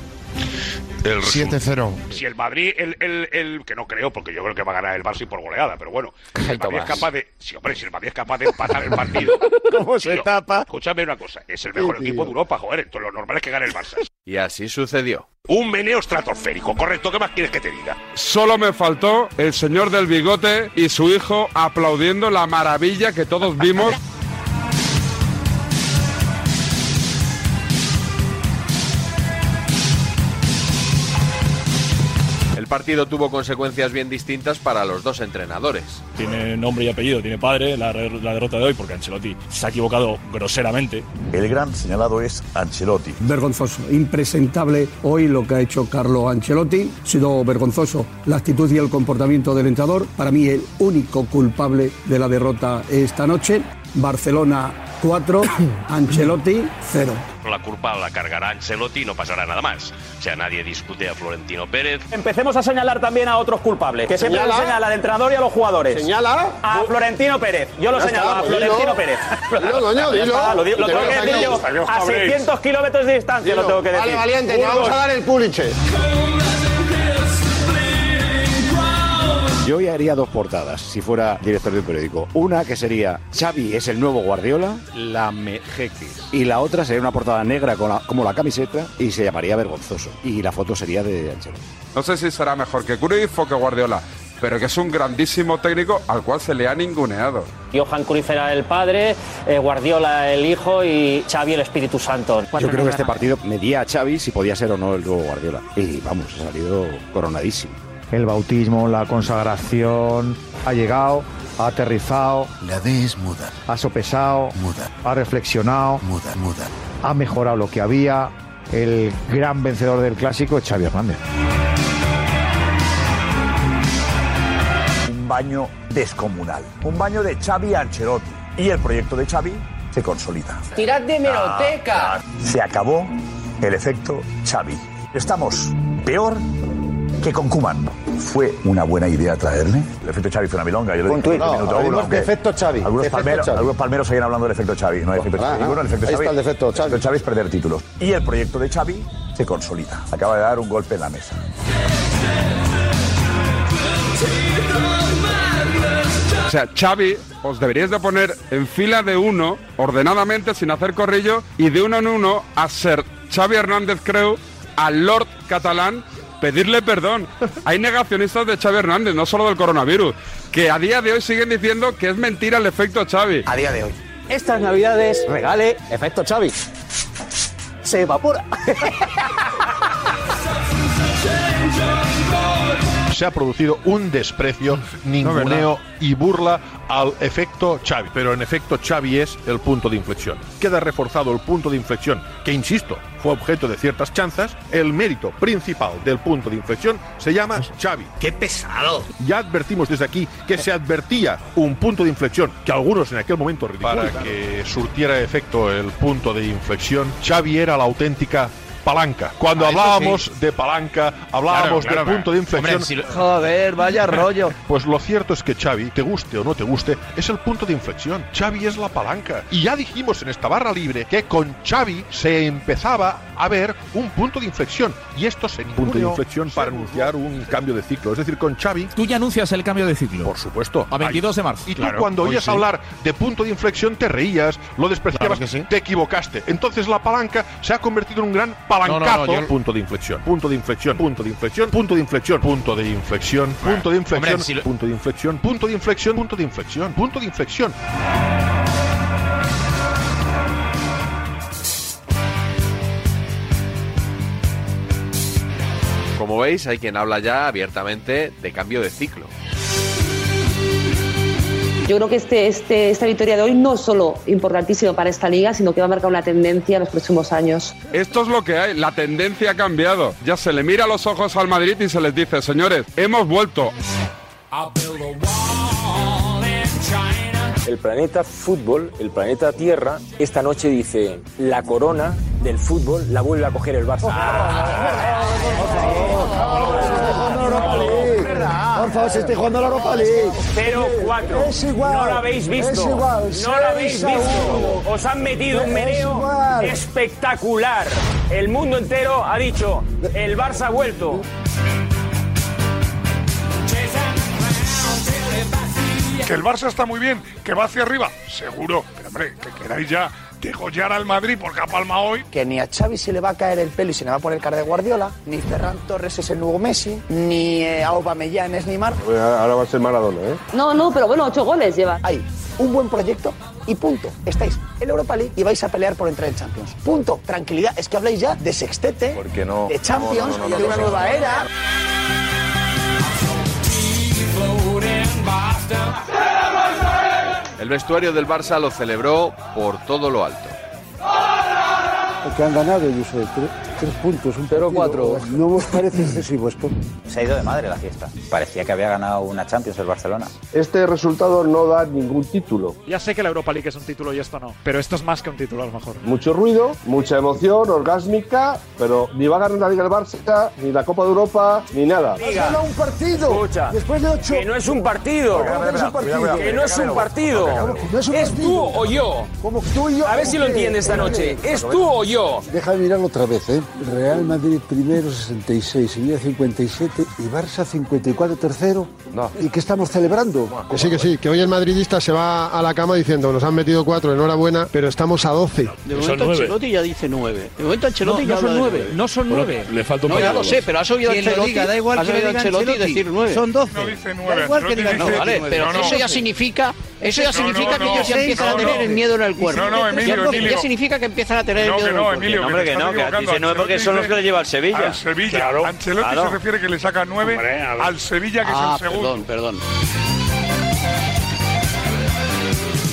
Speaker 7: El 7-0.
Speaker 36: Si el Madrid, el, el- el- que no creo, porque yo creo que va a ganar el Barça y por goleada, pero bueno, si el Madrid es
Speaker 7: Tomás.
Speaker 36: capaz de, si hombre, si el Madrid es capaz de empatar el partido,
Speaker 7: ¿Cómo se
Speaker 36: tapa? Escúchame una cosa, es el mejor
Speaker 8: Sí,
Speaker 36: equipo
Speaker 8: tío.
Speaker 36: de Europa, joder, entonces lo normal es que gane el Barça.
Speaker 8: Y así sucedió.
Speaker 36: Un meneo estratosférico, correcto, ¿qué más quieres que te diga?
Speaker 5: Solo me faltó el señor del bigote y su hijo aplaudiendo la maravilla que todos vimos.
Speaker 8: El partido tuvo consecuencias bien distintas para los dos entrenadores.
Speaker 37: Tiene nombre y apellido, tiene padre la, re- la derrota de hoy porque Ancelotti se ha equivocado groseramente.
Speaker 14: El gran señalado es Ancelotti.
Speaker 29: Vergonzoso, impresentable hoy lo que ha hecho Carlo Ancelotti. Ha sido vergonzoso la actitud y el comportamiento del entrenador. Para mí el único culpable de la derrota esta noche. Barcelona 4, Ancelotti 0.
Speaker 19: La culpa la cargará Ancelotti y no pasará nada más. O sea, nadie discute a Florentino Pérez.
Speaker 1: Empecemos a señalar también a otros culpables, que siempre
Speaker 19: Señala.
Speaker 1: se señala al entrenador y a los jugadores.
Speaker 19: Señala.
Speaker 1: A Florentino Pérez. Yo lo
Speaker 19: Ya
Speaker 1: señalo,
Speaker 19: está,
Speaker 1: a
Speaker 19: pues
Speaker 1: Florentino
Speaker 19: dilo.
Speaker 1: Pérez.
Speaker 19: Dilo, coño,
Speaker 1: Ya
Speaker 19: dilo.
Speaker 1: está, Lo, digo- lo
Speaker 19: Te
Speaker 1: tengo que
Speaker 19: veo
Speaker 1: decir yo.
Speaker 19: sacados,
Speaker 1: A
Speaker 19: cabréis.
Speaker 1: 600 kilómetros de distancia lo tengo que decir.
Speaker 19: Vale, valiente, te vamos a dar
Speaker 1: el puliche.
Speaker 22: Yo hoy haría dos portadas si fuera director de un periódico. Una que sería Xavi es el nuevo Guardiola
Speaker 1: La mejeques.
Speaker 22: y la otra sería una portada negra con la- como la camiseta y se llamaría vergonzoso. Y la foto sería de Ancelotti.
Speaker 5: No sé si será mejor que Cruyff o que Guardiola, pero que es un grandísimo técnico al cual se le ha ninguneado.
Speaker 1: Johan Cruyff era el padre, eh, Guardiola el hijo y Xavi el Espíritu Santo.
Speaker 22: Yo creo que este partido medía a Xavi si podía ser o no el nuevo Guardiola. Y vamos, ha salido coronadísimo.
Speaker 21: El bautismo, la consagración, ha llegado, ha aterrizado. La D es muda. Ha sopesado. Muda. Ha reflexionado. Muda, muda. Ha mejorado lo que había. El gran vencedor del clásico es Xavi Hernández.
Speaker 14: Un baño descomunal. Un baño de Xavi Ancelotti. Y el proyecto de Xavi se consolida.
Speaker 22: Tirad de
Speaker 14: hemeroteca.
Speaker 22: ah,
Speaker 14: Se acabó el efecto Xavi. Estamos peor que con Kuman. Fue una buena idea traerle. El efecto Xavi fue una milonga. Yo lo
Speaker 22: Un
Speaker 14: dije
Speaker 22: tuit.
Speaker 14: en el
Speaker 22: No,
Speaker 14: minuto
Speaker 22: hablemos
Speaker 14: uno,
Speaker 22: de
Speaker 14: aunque
Speaker 22: efecto Xavi,
Speaker 14: Algunos,
Speaker 22: efecto
Speaker 14: palmeros,
Speaker 22: Xavi.
Speaker 14: algunos palmeros siguen hablando del efecto Xavi. No hay efecto
Speaker 22: ah,
Speaker 14: Xavi.
Speaker 22: ah.
Speaker 14: Ninguno, el efecto
Speaker 22: Ahí
Speaker 14: Xavi.
Speaker 22: está el defecto
Speaker 14: El efecto Xavi es perder títulos. Y el proyecto de Xavi se consolida. Acaba de dar un golpe en la mesa.
Speaker 5: O sea, Xavi, os deberíais de poner en fila de uno, ordenadamente, sin hacer corrillo, y de uno en uno a ser Xavi Hernández Creu, al Lord catalán, pedirle perdón. Hay negacionistas de Xavi Hernández, no solo del coronavirus, que a día de hoy siguen diciendo que es mentira el efecto Xavi. A día de hoy.
Speaker 1: Estas navidades regale efecto Xavi. Se evapora.
Speaker 21: Se ha producido un desprecio, ninguneo y burla al efecto Xavi. Pero en efecto Xavi es el punto de inflexión. Queda reforzado el punto de inflexión, que insisto, fue objeto de ciertas chanzas. El mérito principal del punto de inflexión se llama Xavi. ¡Qué pesado! Ya advertimos desde aquí que se advertía un punto de inflexión que algunos en aquel momento Para ridiculizaron. que surtiera efecto el punto de inflexión, Xavi era la auténtica palanca. Cuando
Speaker 20: Ah, eso
Speaker 21: hablábamos
Speaker 20: sí.
Speaker 21: de palanca, hablábamos
Speaker 20: Claro, claro,
Speaker 21: del punto de inflexión.
Speaker 20: hombre, si lo-
Speaker 21: Joder, vaya rollo. Pues lo cierto es que Xavi, te guste o no te guste, es el punto de inflexión. Xavi es la palanca. Y ya dijimos en esta barra libre que con Xavi se empezaba a ver un punto de inflexión. Y esto se punto de ninguneó, inflexión para anunciar un cambio de ciclo. Es decir, con Xavi.
Speaker 34: Tú ya anuncias el cambio de ciclo.
Speaker 21: Por supuesto.
Speaker 34: A 22 de marzo.
Speaker 21: Y tú cuando oías hablar de punto de inflexión te reías, lo despreciabas, te equivocaste. Entonces la palanca se ha convertido en un gran palancazo.
Speaker 20: No, no, no, yo-
Speaker 21: Punto de inflexión, punto de inflexión, punto de inflexión, punto de inflexión, punto de inflexión, punto de inflexión,
Speaker 20: Hombre, si lo-
Speaker 21: punto de inflexión, punto de inflexión, punto de inflexión, punto de inflexión.
Speaker 8: Como veis, hay quien habla ya abiertamente de cambio de ciclo.
Speaker 38: Yo creo que este, este, esta victoria de hoy no es solo importantísima para esta liga, sino que va a marcar una tendencia en los próximos años.
Speaker 5: Esto es lo que hay, la tendencia ha cambiado. Ya se le mira a los ojos al Madrid y se les dice, señores, hemos vuelto.
Speaker 20: El planeta fútbol, el planeta Tierra, esta noche dice, la corona del fútbol la vuelve a coger el Barça.
Speaker 29: Por favor, se está jugando la Europa League.
Speaker 20: 0-4.
Speaker 29: Ah, Es igual.
Speaker 20: No lo habéis visto.
Speaker 29: Es igual.
Speaker 20: No lo habéis
Speaker 29: Seis a
Speaker 20: visto. Os han metido un
Speaker 29: Es
Speaker 20: meneo
Speaker 29: igual.
Speaker 20: espectacular. El mundo entero ha dicho, el Barça ha vuelto.
Speaker 6: Que el Barça está muy bien, que va hacia arriba, seguro. Pero hombre, que queráis ya degollar al Madrid porque ha palmado hoy.
Speaker 29: Que ni a Xavi se le va a caer el pelo y se le va a poner cara de Guardiola, ni Ferran Torres es el nuevo Messi, ni eh, a Aubameyang es Neymar.
Speaker 25: Ahora va a ser Maradona, ¿eh?
Speaker 38: No, no, pero bueno, ocho goles lleva.
Speaker 29: Hay un buen proyecto y punto. Estáis en la Europa League y vais a pelear por entrar en Champions. Punto. Tranquilidad. Es que habláis ya de sextete,
Speaker 39: Que no.
Speaker 29: de
Speaker 39: No, no,
Speaker 29: Champions,
Speaker 39: no,
Speaker 29: de
Speaker 39: no,
Speaker 29: una
Speaker 39: no, no.
Speaker 29: nueva era.
Speaker 8: El vestuario del Barça lo celebró por todo lo alto.
Speaker 19: que han ganado, yo sé, tres, tres puntos, un 0-4. No os parece excesivo esto.
Speaker 22: Se ha ido de madre la fiesta. Parecía que había ganado una Champions el Barcelona.
Speaker 25: Este resultado no da ningún título.
Speaker 7: Ya sé que la Europa League es un título y esto no, pero esto es más que un título a lo mejor.
Speaker 25: Mucho ruido, mucha emoción, orgásmica, pero ni va a ganar la Liga del Barça, ni la Copa de Europa, ni nada.
Speaker 29: Liga.
Speaker 19: Solo un partido.
Speaker 20: Escucha,
Speaker 29: Después de ocho.
Speaker 20: que no es un partido.
Speaker 29: ¿Cómo que no es un partido?
Speaker 20: Cuidado, Que no es un partido.
Speaker 29: ¿Cómo que no es un partido?
Speaker 20: tú o yo.
Speaker 29: Como tú y yo.
Speaker 20: A ver
Speaker 29: ¿Cómo
Speaker 20: si lo
Speaker 29: que?
Speaker 20: entiende esta noche. ¿Es tú o yo?
Speaker 19: Deja de mirarlo otra vez, ¿eh? Real Madrid primero, 66, Sevilla 57 y Barça 54 tercero. ¿Y qué estamos celebrando?
Speaker 29: Pues
Speaker 26: Que sí, que sí, que hoy el madridista se va a la cama diciendo nos han metido cuatro, enhorabuena, pero estamos a 12. De momento Ancelotti ya dice nueve. De momento Ancelotti No, ya no son habla de nueve, nueve. no son Bueno, nueve. le falta un No, par de ya lo goles. sé, pero has oído a Quien lo Ancelotti. diga, da igual has que lo oído a diga Ancelotti Ancelotti. decir nueve. Son doce. No dice nueve, Da igual que Ancelotti diga dice nueve. No, vale, No, pero no. eso ya significa, eso ya No, significa no, que ellos no. ya empiezan a No, tener no. el miedo en el cuerpo. No, no, Emilio, Ya empieza- Emilio. Ya significa que empiezan a tener el
Speaker 6: No,
Speaker 26: miedo
Speaker 6: que
Speaker 26: en el
Speaker 6: no,
Speaker 26: cuerpo.
Speaker 6: Emilio,
Speaker 40: No, hombre, que no, que aquí dice nueve porque son los que le lleva al Sevilla.
Speaker 6: Al Sevilla.
Speaker 40: Claro.
Speaker 6: Ancelotti
Speaker 40: Claro.
Speaker 6: se refiere que le saca nueve al Sevilla, que
Speaker 26: Ah,
Speaker 6: es el segundo.
Speaker 26: perdón, perdón.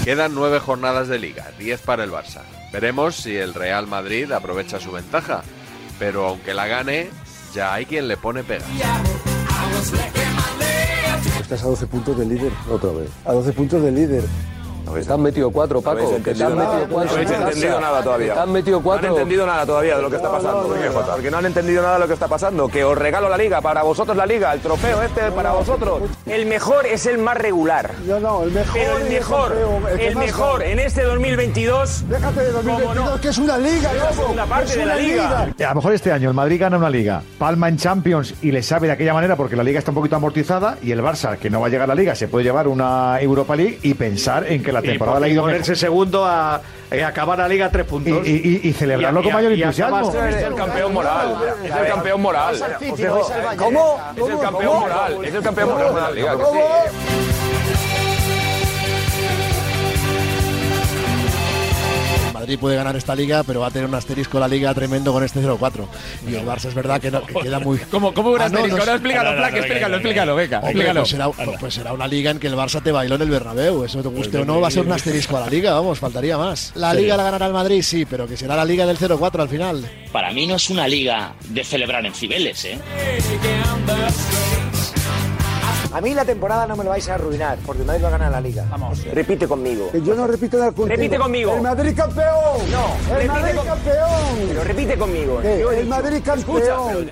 Speaker 8: Quedan nueve jornadas de liga, diez para el Barça. Veremos si el Real Madrid aprovecha su ventaja, pero aunque la gane, ya hay quien le pone pega.
Speaker 19: Estás a 12 puntos del líder. Otra vez. A 12 puntos del líder.
Speaker 41: Te han metido cuatro, Paco.
Speaker 20: habéis
Speaker 41: que te han
Speaker 20: entendido nada.
Speaker 41: metido cuatro.
Speaker 20: No habéis entendido nada todavía.
Speaker 41: Te han metido cuatro.
Speaker 20: No han entendido nada todavía de lo que está pasando. ¿Por qué, Jota? Porque no han entendido nada de lo que está pasando. Que os regalo la liga, para vosotros la liga, el trofeo este es para vosotros. El mejor es el más regular.
Speaker 29: No, no, el mejor.
Speaker 20: Pero
Speaker 29: y
Speaker 20: el
Speaker 29: el
Speaker 20: mejor,
Speaker 29: campeón, el que
Speaker 20: el
Speaker 29: más
Speaker 20: mejor
Speaker 29: gana.
Speaker 20: en este 2022.
Speaker 29: Déjate de 2022, que es una liga,
Speaker 20: Es la
Speaker 29: loco,
Speaker 20: segunda parte
Speaker 29: es
Speaker 20: de la
Speaker 29: una
Speaker 20: liga.
Speaker 14: A lo mejor este año el Madrid gana una liga, palma en Champions y le sabe de aquella manera porque la liga está un poquito amortizada y el Barça, que no va a llegar a la liga, se puede llevar una Europa League y pensar en que la temporada le ha y ido ponerse mejor. segundo a eh, acabar la liga a tres puntos. Y- y- y- y celebrarlo con mayor entusiasmo.
Speaker 20: Es el campeón moral. Es el campeón moral.
Speaker 29: Vas al City,
Speaker 20: Os dejo-
Speaker 29: vais al Bayern.
Speaker 20: ¿Cómo? Es el
Speaker 29: ¿Cómo?
Speaker 20: campeón
Speaker 29: ¿Cómo?
Speaker 20: moral. Es el campeón moral de la liga. que sí.
Speaker 14: Madrid puede ganar esta liga, pero va a tener un asterisco la liga tremendo con este 0-4. Y el Barça es verdad que, no, que queda muy.
Speaker 42: ¿Cómo, cómo un
Speaker 14: Ah, no,
Speaker 42: asterisco?
Speaker 14: no
Speaker 42: No,
Speaker 14: sé.
Speaker 42: explícalo,
Speaker 14: No, no,
Speaker 42: Flack,
Speaker 14: no, venga,
Speaker 42: explícalo,
Speaker 14: venga,
Speaker 42: explícalo, venga,
Speaker 14: Hombre,
Speaker 42: explícalo.
Speaker 14: pues será, pues será una liga en que el Barça te bailó en el Bernabéu. Eso te guste
Speaker 5: Pues
Speaker 14: o no, va a ser un
Speaker 5: venga.
Speaker 14: asterisco a la liga, vamos, faltaría más. La
Speaker 5: Sí.
Speaker 14: liga la ganará el Madrid, sí, pero que será la liga del 0-4 al final.
Speaker 43: Para mí no es una liga de celebrar en Cibeles, ¿eh?
Speaker 29: A mí la temporada no me lo vais a arruinar, porque el Madrid va a ganar la liga. Vamos.
Speaker 20: Repite conmigo.
Speaker 29: Que yo no repito nada contigo.
Speaker 20: Repite conmigo.
Speaker 29: El Madrid campeón.
Speaker 20: No,
Speaker 29: el
Speaker 20: repite
Speaker 29: Madrid
Speaker 20: con-
Speaker 29: campeón.
Speaker 20: Pero repite conmigo.
Speaker 29: ¿Qué?
Speaker 20: Yo he
Speaker 29: El
Speaker 20: dicho-
Speaker 29: Madrid
Speaker 20: Escucha,
Speaker 29: campeón.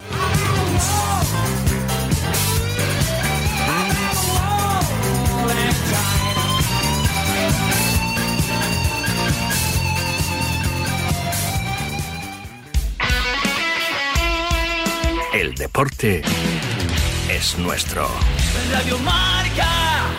Speaker 9: El deporte es nuestro.
Speaker 7: Radio Marca.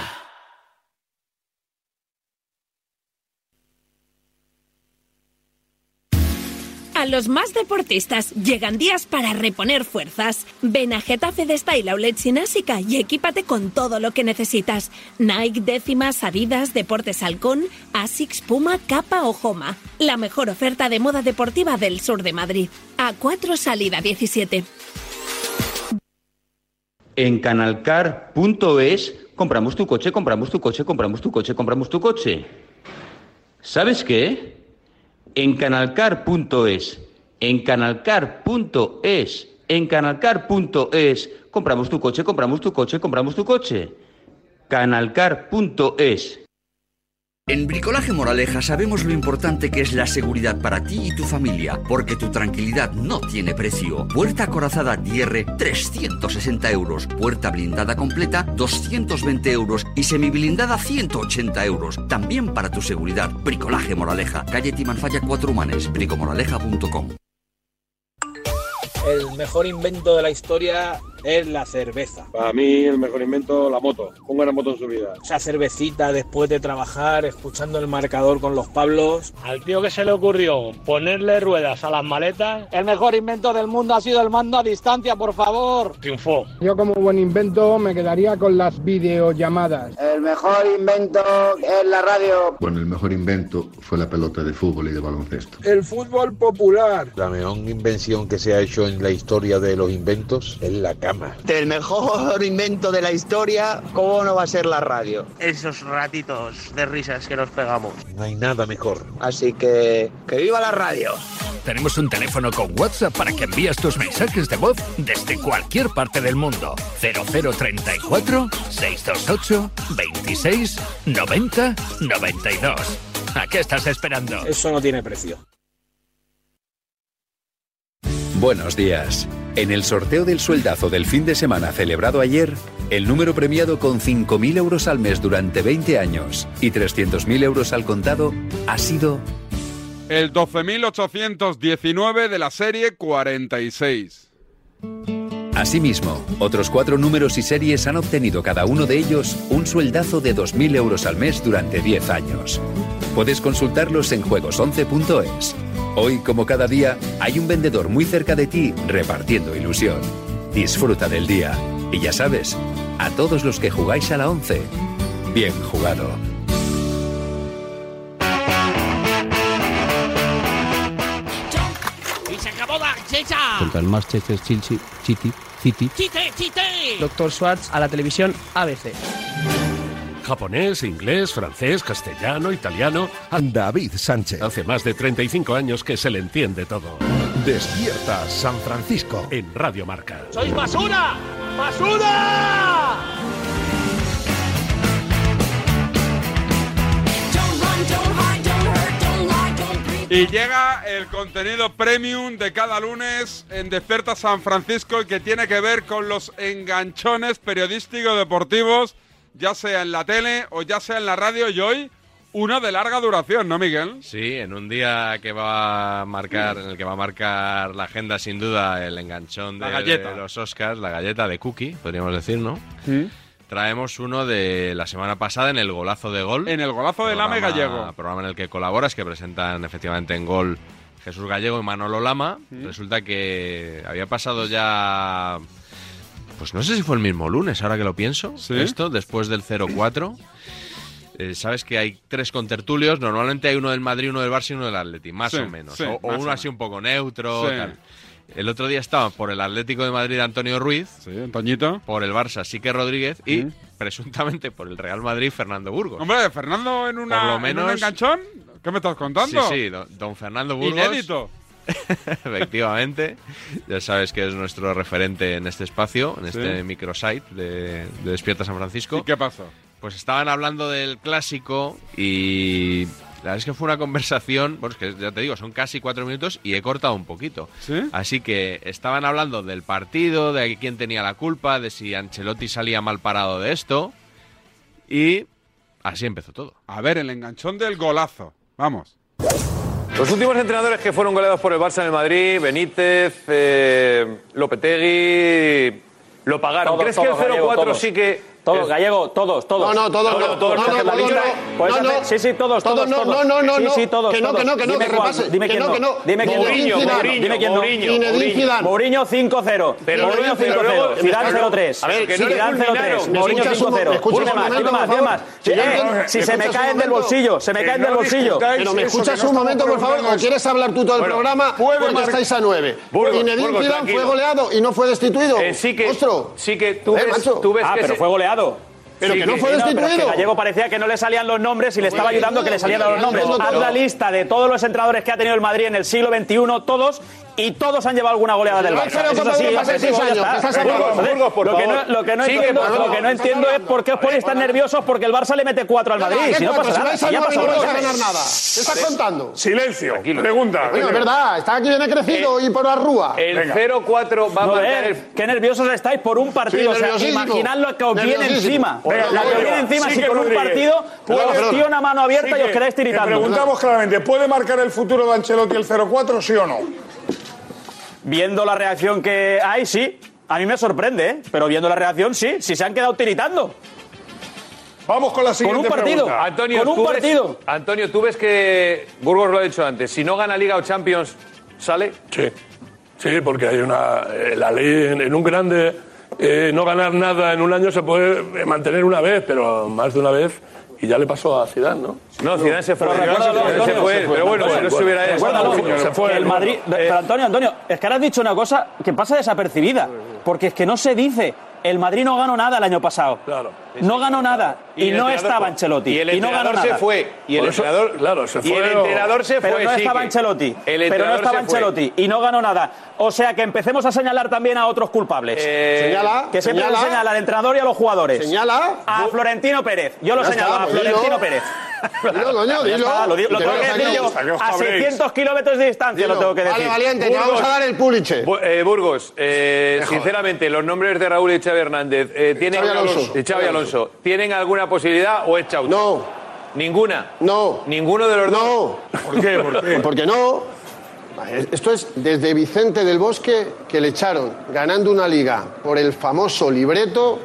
Speaker 26: A los más deportistas llegan días para reponer fuerzas. Ven a Getafe de Style Outlet Sinásica y equípate con todo lo que necesitas. Nike, Décimas, Adidas, Deportes Halcón, Asics, Puma, Capa o Joma. La mejor oferta de moda deportiva del sur de Madrid. A 4 salida 17.
Speaker 44: En canalcar.es compramos tu coche, compramos tu coche, compramos tu coche, compramos tu coche. ¿Sabes qué? En canalcar.es, en canalcar.es, en canalcar.es compramos tu coche, compramos tu coche, compramos tu coche. canalcar.es
Speaker 4: En Bricolaje Moraleja sabemos lo importante que es la seguridad para ti y tu familia, porque tu tranquilidad no tiene precio. Puerta acorazada DR, 360 euros. Puerta blindada completa, 220 euros. Y semiblindada, 180 euros. También para tu seguridad. Bricolaje Moraleja, calle Timanfaya 4 Humanes, bricomoraleja.com.
Speaker 20: El mejor invento de la historia es la cerveza.
Speaker 45: Para mí el mejor invento, la moto. Ponga una moto en su vida.
Speaker 20: Esa cervecita después de trabajar, escuchando el marcador con los Pablos. Al tío que se le ocurrió ponerle ruedas a las maletas. El mejor invento del mundo ha sido el mando a distancia, por favor. Triunfó.
Speaker 46: Yo como buen invento me quedaría con las videollamadas.
Speaker 47: El mejor invento es la radio.
Speaker 19: Bueno, el mejor invento fue la pelota de fútbol y de baloncesto.
Speaker 48: El fútbol popular.
Speaker 49: La mejor invención que se ha hecho en la historia de los inventos es la cama.
Speaker 29: El mejor invento de la historia, ¿cómo no va a ser la radio?
Speaker 50: Esos ratitos de risas que nos pegamos.
Speaker 49: No hay nada mejor.
Speaker 29: Así que, que viva la radio.
Speaker 51: Tenemos un teléfono con WhatsApp para que envíes tus mensajes de voz desde cualquier parte del mundo. 0034 628 26 90 92. ¿A qué estás esperando?
Speaker 20: Eso no tiene precio.
Speaker 14: Buenos días. En el sorteo del sueldazo del fin de semana celebrado ayer, el número premiado con 5.000 euros al mes durante 20 años y 300.000 euros al contado ha sido...
Speaker 5: El 12.819 de la serie 46.
Speaker 14: Asimismo, otros cuatro números y series han obtenido cada uno de ellos un sueldazo de 2.000 euros al mes durante 10 años. Puedes consultarlos en juegos11.es. Hoy, como cada día, hay un vendedor muy cerca de ti repartiendo ilusión. Disfruta del día. Y ya sabes, a todos los que jugáis a la 11, bien jugado.
Speaker 7: ¡Y se acabó la chicha!
Speaker 52: Contra el Manchester City, City, City.
Speaker 7: ¡Chite, chite!
Speaker 52: Doctor Schwartz a la televisión ABC.
Speaker 22: Japonés, inglés, francés, castellano, italiano.
Speaker 53: David Sánchez.
Speaker 22: Hace más de 35 años que se le entiende todo.
Speaker 53: Despierta San Francisco.
Speaker 22: En Radio Marca.
Speaker 7: ¡Sois basura! ¡Basura!
Speaker 5: Y llega el contenido premium de cada lunes en Desperta San Francisco y que tiene que ver con los enganchones periodísticos deportivos ya sea en la tele o ya sea en la radio y hoy uno de larga duración, ¿no, Miguel?
Speaker 8: Sí, en un día que va a marcar, en el que va a marcar la agenda sin duda el enganchón de,
Speaker 5: La galleta.
Speaker 8: de los Oscars, la galleta de Cookie, podríamos decir, ¿no?
Speaker 5: Sí.
Speaker 8: Traemos uno de la semana pasada en el golazo de gol.
Speaker 5: En el golazo de Lame Gallego.
Speaker 8: Programa en el que colaboras, que presentan efectivamente en gol Jesús Gallego y Manolo Lama.
Speaker 5: Sí.
Speaker 8: Resulta que había pasado ya pues no sé si fue el mismo lunes, ahora que lo pienso, esto, después del 0-4. Eh, sabes que hay tres contertulios, normalmente hay uno del Madrid, uno del Barça y uno del Atleti, más
Speaker 5: Sí,
Speaker 8: o menos.
Speaker 5: sí,
Speaker 8: o o
Speaker 5: más o
Speaker 8: uno
Speaker 5: menos.
Speaker 8: así un poco neutro.
Speaker 5: Sí.
Speaker 8: tal. El otro día estaban por el Atlético de Madrid Antonio Ruiz, por el Barça Sique Rodríguez y presuntamente por el Real Madrid Fernando Burgos.
Speaker 5: Hombre, Fernando en, una,
Speaker 8: Por lo
Speaker 5: en
Speaker 8: menos-
Speaker 5: un enganchón, ¿qué me estás
Speaker 8: Sí,
Speaker 5: contando?
Speaker 8: sí, don, don Fernando Burgos.
Speaker 5: Inédito.
Speaker 8: Efectivamente, ya sabes que es nuestro referente en este espacio, en
Speaker 5: Sí.
Speaker 8: este microsite de, de Despierta San Francisco.
Speaker 5: ¿Y qué pasó?
Speaker 8: Pues estaban hablando del clásico y la verdad es que fue una conversación, bueno, es que ya te digo, son casi cuatro minutos y he cortado un poquito. Así que estaban hablando del partido, de quién tenía la culpa, de si Ancelotti salía mal parado de esto y así empezó todo.
Speaker 5: A ver, el enganchón del golazo. Vamos.
Speaker 54: Los últimos entrenadores que fueron goleados por el Barça en el Madrid, Benítez, eh, Lopetegui, lo pagaron.
Speaker 1: Todos,
Speaker 54: ¿Crees
Speaker 1: todos,
Speaker 54: que el
Speaker 1: Gallego,
Speaker 54: 0-4
Speaker 1: todos.
Speaker 54: sí que eh,
Speaker 1: Todos, gallego, todos, todos.
Speaker 19: No, no, todos no. No, no,
Speaker 1: porque la
Speaker 19: todos
Speaker 1: lista-
Speaker 19: no.
Speaker 1: puedes
Speaker 19: No,
Speaker 1: hacer-
Speaker 19: no.
Speaker 1: Sí, sí, todos,
Speaker 19: Todos
Speaker 1: todos.
Speaker 19: no,
Speaker 1: todos.
Speaker 19: no, no,
Speaker 1: Sí,
Speaker 19: no.
Speaker 1: sí, todos.
Speaker 19: Que no,
Speaker 1: todos.
Speaker 19: que no, que no,
Speaker 1: Dime
Speaker 19: que
Speaker 1: cuál,
Speaker 19: repase.
Speaker 1: Dime
Speaker 19: Que
Speaker 1: quién
Speaker 19: no,
Speaker 1: no.
Speaker 19: que no.
Speaker 1: Dime quién no.
Speaker 19: Mourinho, Mourinho,
Speaker 1: Dime quién no.
Speaker 19: Mourinho, Zinedine Mourinho. Zidane.
Speaker 1: Mourinho 5-0.
Speaker 19: Pero
Speaker 1: Mourinho
Speaker 19: luego- pero luego-
Speaker 1: 5-0. Zidane
Speaker 19: pero luego-
Speaker 1: 0-3.
Speaker 19: a ver, que no le
Speaker 1: Zidane
Speaker 19: fulminaron.
Speaker 1: 0-3.
Speaker 19: ¿Me
Speaker 1: Mourinho
Speaker 19: escuchas un-
Speaker 1: 5-0.
Speaker 19: me escuchas
Speaker 1: Dime
Speaker 19: un
Speaker 1: más, dime
Speaker 19: momento,
Speaker 1: más,
Speaker 19: por
Speaker 1: dime
Speaker 19: favor?
Speaker 1: más.
Speaker 19: Si
Speaker 1: Eh, Si se
Speaker 19: alguien- ¿me
Speaker 1: me
Speaker 19: escuchas un
Speaker 1: caen del
Speaker 19: momento?
Speaker 1: bolsillo, se me
Speaker 19: Que
Speaker 1: caen
Speaker 19: no
Speaker 1: del bolsillo.
Speaker 19: discutáis Pero me eso, escuchas que no un estamos momento, por preguntando favor, o eso. quieres hablar tú todo el programa, porque estáis a nueve. Zinedine Zidane fue goleado y no fue destituido.
Speaker 1: Eh, sí que-
Speaker 19: Ostro.
Speaker 1: sí que tú
Speaker 19: Eh,
Speaker 1: ves-
Speaker 19: macho.
Speaker 1: tú ves Ah, que pero se- fue goleado.
Speaker 19: Pero
Speaker 1: Sí,
Speaker 19: que no fue
Speaker 1: pero es que
Speaker 19: destituido.
Speaker 1: Gallego parecía que no le salían los nombres y le estaba ayudando a que le salieran los nombres.
Speaker 19: Pero-
Speaker 1: Haz la lista de todos los entrenadores que ha tenido el Madrid en el siglo XXI, todos, y todos han llevado alguna goleada del
Speaker 19: Pero
Speaker 1: Barça.
Speaker 19: ha ganado
Speaker 1: Eso es
Speaker 19: Copa
Speaker 1: así,
Speaker 19: Europa hace
Speaker 1: eso
Speaker 19: seis
Speaker 1: ya
Speaker 19: años,
Speaker 1: está.
Speaker 19: que estás hablando.
Speaker 1: Burgos,
Speaker 19: Burgos, por
Speaker 1: lo que no-
Speaker 19: favor.
Speaker 1: Lo que no
Speaker 19: Sigue,
Speaker 1: entiendo-
Speaker 19: Pablo.
Speaker 1: lo que no entiendo es por qué os ponéis tan nerviosos porque el Barça le mete cuatro al Madrid.
Speaker 19: ¿Qué
Speaker 1: Si no
Speaker 19: cuatro?
Speaker 1: pasa
Speaker 19: Si
Speaker 1: nada,
Speaker 19: vais a
Speaker 1: si ya
Speaker 19: nueve
Speaker 1: pasa
Speaker 19: no vais a
Speaker 1: nada.
Speaker 19: ganar nada. ¿Qué estás contando?
Speaker 6: Silencio. Pregunta.
Speaker 19: Bueno, es verdad, está aquí bien crecido y por la rúa.
Speaker 1: Venga.
Speaker 6: 0-4
Speaker 1: No, eh, Qué nerviosos estáis por un Este partido.
Speaker 19: Sí,
Speaker 1: o sea,
Speaker 19: nerviosísimo.
Speaker 1: imaginad lo que os viene
Speaker 19: Nerviosísimo.
Speaker 1: encima.
Speaker 19: Venga,
Speaker 1: la que os
Speaker 19: Rodrigo.
Speaker 1: viene encima, si
Speaker 19: Sigue,
Speaker 1: con un
Speaker 19: Rodríguez.
Speaker 1: partido
Speaker 19: Puede-
Speaker 1: os tira una mano abierta y os quedáis
Speaker 6: tiritando.
Speaker 1: tiritando.
Speaker 6: preguntamos claramente, ¿puede marcar el futuro de Ancelotti el 0-4, sí o no?
Speaker 1: Viendo la reacción que hay, sí. A mí me sorprende, ¿eh? pero viendo la reacción, sí. Si se han quedado tiritando.
Speaker 6: Vamos con la
Speaker 1: Con un partido.
Speaker 14: Antonio,
Speaker 1: con
Speaker 14: ¿tú
Speaker 1: un
Speaker 14: ves-
Speaker 1: partido.
Speaker 14: Antonio, ¿tú ves que Burgos lo ha dicho antes? Si no gana Liga o Champions, ¿sale?
Speaker 6: Sí, sí, porque hay una eh, la ley en, en un grande eh, no ganar nada en un año se puede eh, mantener una vez, pero más de una vez y ya le pasó a Zidane, ¿no?
Speaker 14: No, Zidane se fue.
Speaker 6: Pero
Speaker 14: Zidane
Speaker 6: recuérdalo,
Speaker 14: se
Speaker 6: Antonio,
Speaker 14: fue,
Speaker 6: se
Speaker 14: se fue,
Speaker 6: fue.
Speaker 14: pero bueno,
Speaker 6: Antonio,
Speaker 14: no se hubiera
Speaker 6: bueno,
Speaker 14: hecho.
Speaker 6: recuérdalo,
Speaker 14: Opinión,
Speaker 6: se fue.
Speaker 1: el
Speaker 6: ¿no?
Speaker 1: Madrid.
Speaker 14: eh.
Speaker 1: Pero Antonio, Antonio, es que ahora has dicho una cosa que pasa desapercibida, porque es que no se dice. El Madrid no ganó nada el año pasado. No ganó nada y,
Speaker 14: el
Speaker 1: no
Speaker 14: entrenador-
Speaker 1: estaba Ancelotti.
Speaker 14: Y el
Speaker 1: no ganó
Speaker 14: entrenador
Speaker 1: nada.
Speaker 14: se fue. Y el
Speaker 1: Por eso-
Speaker 14: entrenador, Y el entrenador se fue.
Speaker 1: Pero no
Speaker 14: sí
Speaker 1: estaba
Speaker 14: que-
Speaker 1: Ancelotti.
Speaker 14: El
Speaker 1: Pero no
Speaker 14: entrenador
Speaker 1: estaba
Speaker 14: se fue.
Speaker 1: Ancelotti y no ganó nada. O sea que empecemos a señalar también a otros culpables.
Speaker 14: Eh, Señala,
Speaker 1: que siempre
Speaker 14: señala.
Speaker 1: se señala al entrenador y a los jugadores.
Speaker 19: Señala.
Speaker 1: A Florentino Pérez. Yo lo
Speaker 19: Ya
Speaker 1: señalo
Speaker 19: está, pues
Speaker 1: a
Speaker 19: dilo.
Speaker 1: Florentino Pérez.
Speaker 19: Dilo, coño,
Speaker 1: Ya
Speaker 19: dilo.
Speaker 1: está, Lo, digo- lo
Speaker 19: Que
Speaker 1: tengo
Speaker 19: te
Speaker 1: que
Speaker 19: lo
Speaker 1: decir
Speaker 19: saque-
Speaker 1: yo. A
Speaker 19: saque-
Speaker 1: 600 kilómetros de distancia lo tengo que decir.
Speaker 19: Vale, valiente, te vamos a dar el puliche.
Speaker 14: Bu- eh, Burgos, eh, sinceramente, los nombres de Raúl y Xavi Hernández eh, tienen
Speaker 19: Xavi Alonso.
Speaker 14: y Xavi Alonso, ¿tienen alguna posibilidad o es Chau? No. Ninguna.
Speaker 19: No.
Speaker 14: Ninguno de los
Speaker 19: No.
Speaker 14: ¿Por qué? ¿Por qué?
Speaker 19: Porque no. Esto es desde Vicente del Bosque que le echaron ganando una liga por el famoso libreto.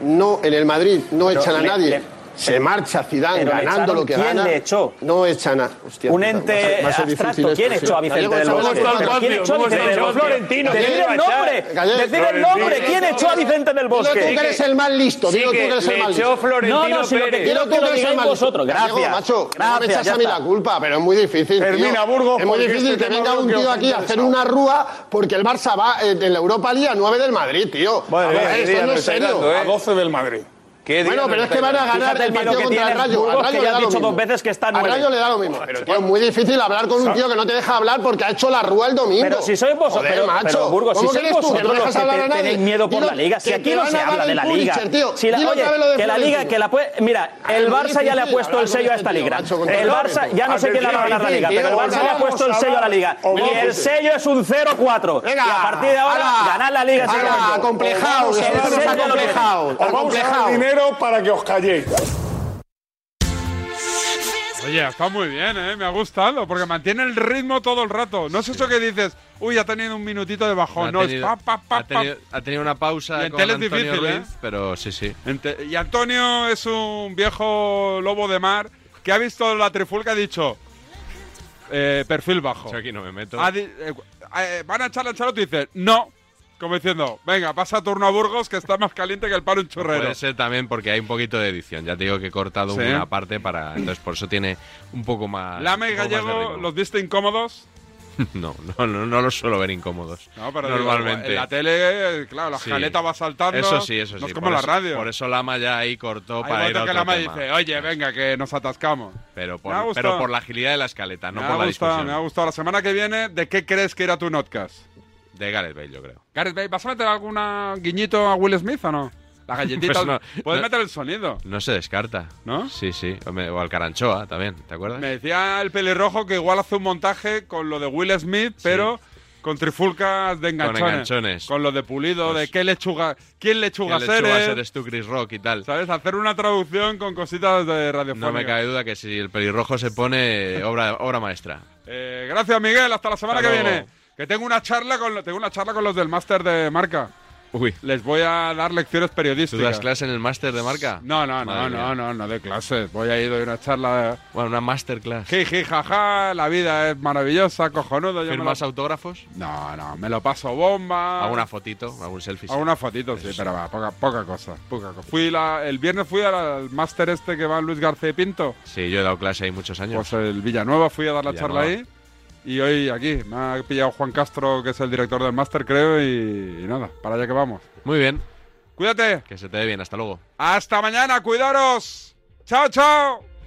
Speaker 19: No, en el Madrid no
Speaker 1: Pero
Speaker 19: echan a
Speaker 1: le-
Speaker 19: nadie.
Speaker 1: le-
Speaker 19: se marcha Zidane
Speaker 1: Pero le
Speaker 19: ganando
Speaker 1: echaron,
Speaker 19: lo que
Speaker 1: ¿quién
Speaker 19: gana.
Speaker 1: le echó?
Speaker 19: No echan a. Hostia,
Speaker 1: un
Speaker 19: puta, va a ser-
Speaker 1: ente
Speaker 19: va a ser difícil
Speaker 1: abstracto. ¿Quién
Speaker 19: esto,
Speaker 1: echó a
Speaker 19: sí.
Speaker 1: Vicente del
Speaker 19: Gallego,
Speaker 1: Bosque?
Speaker 19: ¿sabemos
Speaker 1: ¿Pero
Speaker 19: cuál,
Speaker 1: ¿Quién echó
Speaker 19: tío?
Speaker 1: a
Speaker 19: ¿Cómo
Speaker 1: Vicente
Speaker 19: se
Speaker 1: del
Speaker 19: llama?
Speaker 1: Bosque?
Speaker 19: Florentino, ¿quién
Speaker 1: Decir
Speaker 19: le
Speaker 1: el
Speaker 19: va a
Speaker 1: nombre.
Speaker 19: echar? Gallego.
Speaker 1: Decir el nombre. ¿Quién echó a Vicente del
Speaker 19: Dilo tú
Speaker 1: Bosque?
Speaker 19: que eres el más listo.
Speaker 1: Sí
Speaker 19: Dilo tú
Speaker 1: que
Speaker 19: que eres el
Speaker 1: le
Speaker 19: más
Speaker 1: echó
Speaker 19: listo.
Speaker 1: Florentino
Speaker 19: No, no, si lo que
Speaker 1: Pérez.
Speaker 19: quiero es que
Speaker 1: Dilo
Speaker 19: lo
Speaker 1: tú que
Speaker 19: digáis
Speaker 1: eres el
Speaker 19: vosotros.
Speaker 1: listo.
Speaker 19: Gracias.
Speaker 1: Gracias.
Speaker 19: macho, no me
Speaker 1: Gracias,
Speaker 19: echas
Speaker 1: ya
Speaker 19: a mí
Speaker 1: está.
Speaker 19: la culpa, pero es muy difícil. tío.
Speaker 1: Termina, Burgos,
Speaker 19: Es muy
Speaker 1: porque
Speaker 19: difícil
Speaker 1: este
Speaker 19: que
Speaker 1: tema
Speaker 19: venga
Speaker 1: creo
Speaker 19: un
Speaker 1: que
Speaker 19: tío
Speaker 1: os
Speaker 19: aquí a hacer una rúa porque el Barça va eh, en la Europa League a 9 del Madrid, tío. A ver, esto no es serio.
Speaker 6: A 12 del Madrid.
Speaker 19: Bueno, pero es que van a ganar
Speaker 1: Fíjate
Speaker 19: el
Speaker 1: el
Speaker 19: partido
Speaker 1: miedo que
Speaker 19: contra
Speaker 1: tiene
Speaker 19: el Rayo. Al
Speaker 1: Burgos,
Speaker 19: Rayo
Speaker 1: que
Speaker 19: le
Speaker 1: ya
Speaker 19: da
Speaker 1: ha
Speaker 19: lo
Speaker 1: dicho
Speaker 19: mismo.
Speaker 1: dos veces que está
Speaker 19: Al
Speaker 1: nueve.
Speaker 19: Rayo le da lo mismo. Pero tío, es muy difícil hablar con un tío que no te deja hablar porque ha hecho la rúa el domingo.
Speaker 1: Pero si sois vosotros,
Speaker 19: Joder,
Speaker 1: pero-
Speaker 19: macho.
Speaker 1: pero, Burgos,
Speaker 19: ¿Cómo
Speaker 1: si sois
Speaker 19: crees tú que no
Speaker 1: vosotros los
Speaker 19: dejas
Speaker 1: que
Speaker 19: hablar a
Speaker 1: te-
Speaker 19: nadie?
Speaker 1: tenéis miedo por
Speaker 19: Dilo
Speaker 1: la liga, si
Speaker 19: que
Speaker 1: aquí
Speaker 19: te
Speaker 1: no
Speaker 19: van
Speaker 1: se
Speaker 19: a dar
Speaker 1: habla de
Speaker 19: el
Speaker 1: la liga.
Speaker 19: Pulitzer, tío.
Speaker 1: Si la,
Speaker 19: Dilo
Speaker 1: oye,
Speaker 19: otra vez lo de
Speaker 1: que la liga,
Speaker 19: Florentino.
Speaker 1: que la puede, mira,
Speaker 19: es
Speaker 1: el
Speaker 19: muy
Speaker 1: Barça ya le ha
Speaker 19: difícil
Speaker 1: puesto el
Speaker 19: hablar con
Speaker 1: sello a
Speaker 19: este
Speaker 1: esta
Speaker 19: tío,
Speaker 1: liga.
Speaker 19: macho, con
Speaker 1: El
Speaker 19: todo
Speaker 1: Barça
Speaker 19: respeto.
Speaker 1: ya no sé quién le va a ganar la liga, pero el Barça le ha puesto el sello a la liga.
Speaker 19: Vamos,
Speaker 1: Y el
Speaker 19: sí.
Speaker 1: sello es un 0-4. Y
Speaker 19: Venga,
Speaker 1: a partir de ahora,
Speaker 19: ala,
Speaker 1: ganar la liga.
Speaker 19: ala,
Speaker 1: señores.
Speaker 19: acomplejaos,
Speaker 1: El
Speaker 19: vosotros
Speaker 1: sello lo tiene.
Speaker 19: acomplejaos.
Speaker 6: Os vamos a dar dinero para que os calléis.
Speaker 5: Oye, está muy bien, ¿eh? Me ha gustado, porque mantiene el ritmo todo el rato. No es eso que dices, uy, ha tenido un minutito de bajón.
Speaker 8: Ha
Speaker 5: No,
Speaker 8: tenido-
Speaker 5: es pa, pa, pa,
Speaker 8: ha, tenido, ha tenido una pausa
Speaker 5: Y en
Speaker 8: con
Speaker 5: tele es
Speaker 8: Antonio
Speaker 5: difícil, ¿eh?
Speaker 8: Ruiz, pero sí, sí.
Speaker 5: Ente- Y Antonio es un viejo lobo de mar que ha visto la trifulca y ha dicho eh, perfil bajo.
Speaker 8: Yo aquí no me meto.
Speaker 5: Ha di- eh, eh, van a echar a Ancelotti y dice no, como diciendo venga pasa turno a Burgos que está más caliente que el palo un churrero.
Speaker 8: Puede ser también porque hay un poquito de edición. Ya te digo que he cortado
Speaker 5: Sí.
Speaker 8: una parte para. Entonces, por eso tiene un poco más.
Speaker 5: Lame y
Speaker 8: un poco más de
Speaker 5: Gallego los viste incómodos.
Speaker 8: ritmo. No, no, no, no los suelo ver incómodos.
Speaker 5: No, pero digo,
Speaker 8: normalmente.
Speaker 5: en la tele, claro, la
Speaker 8: Sí.
Speaker 5: jaleta va saltando.
Speaker 8: Eso sí, eso sí.
Speaker 5: No es como
Speaker 8: Por
Speaker 5: la
Speaker 8: eso-
Speaker 5: radio.
Speaker 8: Por eso Lama ya ahí cortó
Speaker 5: Hay
Speaker 8: para ir a
Speaker 5: momentos que
Speaker 8: otro
Speaker 5: Lama
Speaker 8: tema.
Speaker 5: dice, oye, venga, que nos atascamos.
Speaker 8: Pero
Speaker 5: Me ha
Speaker 8: por,
Speaker 5: gustado.
Speaker 8: pero por la agilidad de la escaleta, no
Speaker 5: me
Speaker 8: por
Speaker 5: ha
Speaker 8: la
Speaker 5: gustado,
Speaker 8: discusión.
Speaker 5: me ha gustado. La semana que viene, ¿de qué crees que era tu notcast?
Speaker 8: De Gareth Bale, yo creo.
Speaker 5: Gareth Bale, ¿vas a meter alguna guiñito a Will Smith o no? La galletita.
Speaker 8: Pues no,
Speaker 5: Puedes
Speaker 8: no.
Speaker 5: meter el sonido.
Speaker 8: No se descarta. ¿No? Sí, sí. O, me- o al Caranchoa también, ¿te acuerdas?
Speaker 5: Me decía el pelirrojo que igual hace un montaje con lo de Will Smith, pero con trifulcas de enganchones.
Speaker 8: enganchones. Pues
Speaker 5: Con lo de pulido, de qué lechuga. ¿Quién lechuga
Speaker 8: ¿Quién lechuga
Speaker 5: ser?
Speaker 8: eres tú, Chris Rock y tal.
Speaker 5: ¿Sabes? Hacer una traducción con cositas de radiofónica.
Speaker 8: No me cabe duda que si el pelirrojo se pone, obra, obra maestra.
Speaker 5: Eh, gracias, Miguel. Hasta la semana
Speaker 8: Hasta
Speaker 5: que
Speaker 8: luego.
Speaker 5: viene. Que tengo una charla con, lo- tengo una charla con los del máster de marca. Les voy a dar lecciones periodísticas.
Speaker 8: ¿Tú das clase en el máster de marca?
Speaker 5: No, no, no,
Speaker 8: Madre mía.
Speaker 5: no, no, no de clases. Voy a ir a una charla.
Speaker 8: Bueno, una masterclass.
Speaker 5: Jiji, jaja, la vida es maravillosa, cojonudo. yo me
Speaker 8: ¿Firmas
Speaker 5: lo-
Speaker 8: autógrafos?
Speaker 5: No, no, me lo paso bomba.
Speaker 8: ¿Alguna fotito? ¿Algún selfie?
Speaker 5: Alguna fotito, sí, pero va, poca, poca cosa, poca cosa. Fui la, el viernes fui al- al máster este que va Luis García y Pinto.
Speaker 8: Sí, yo he dado clase ahí muchos años.
Speaker 5: Pues el Villanueva, fui a dar la
Speaker 8: Villanueva.
Speaker 5: charla ahí. Y hoy aquí, me ha pillado Juan Castro, que es el director del máster, creo, y, y nada, para allá que vamos.
Speaker 8: Muy bien.
Speaker 5: Cuídate.
Speaker 8: Que se te dé bien. Hasta luego.
Speaker 5: Hasta mañana, cuidaros. Chao, chao.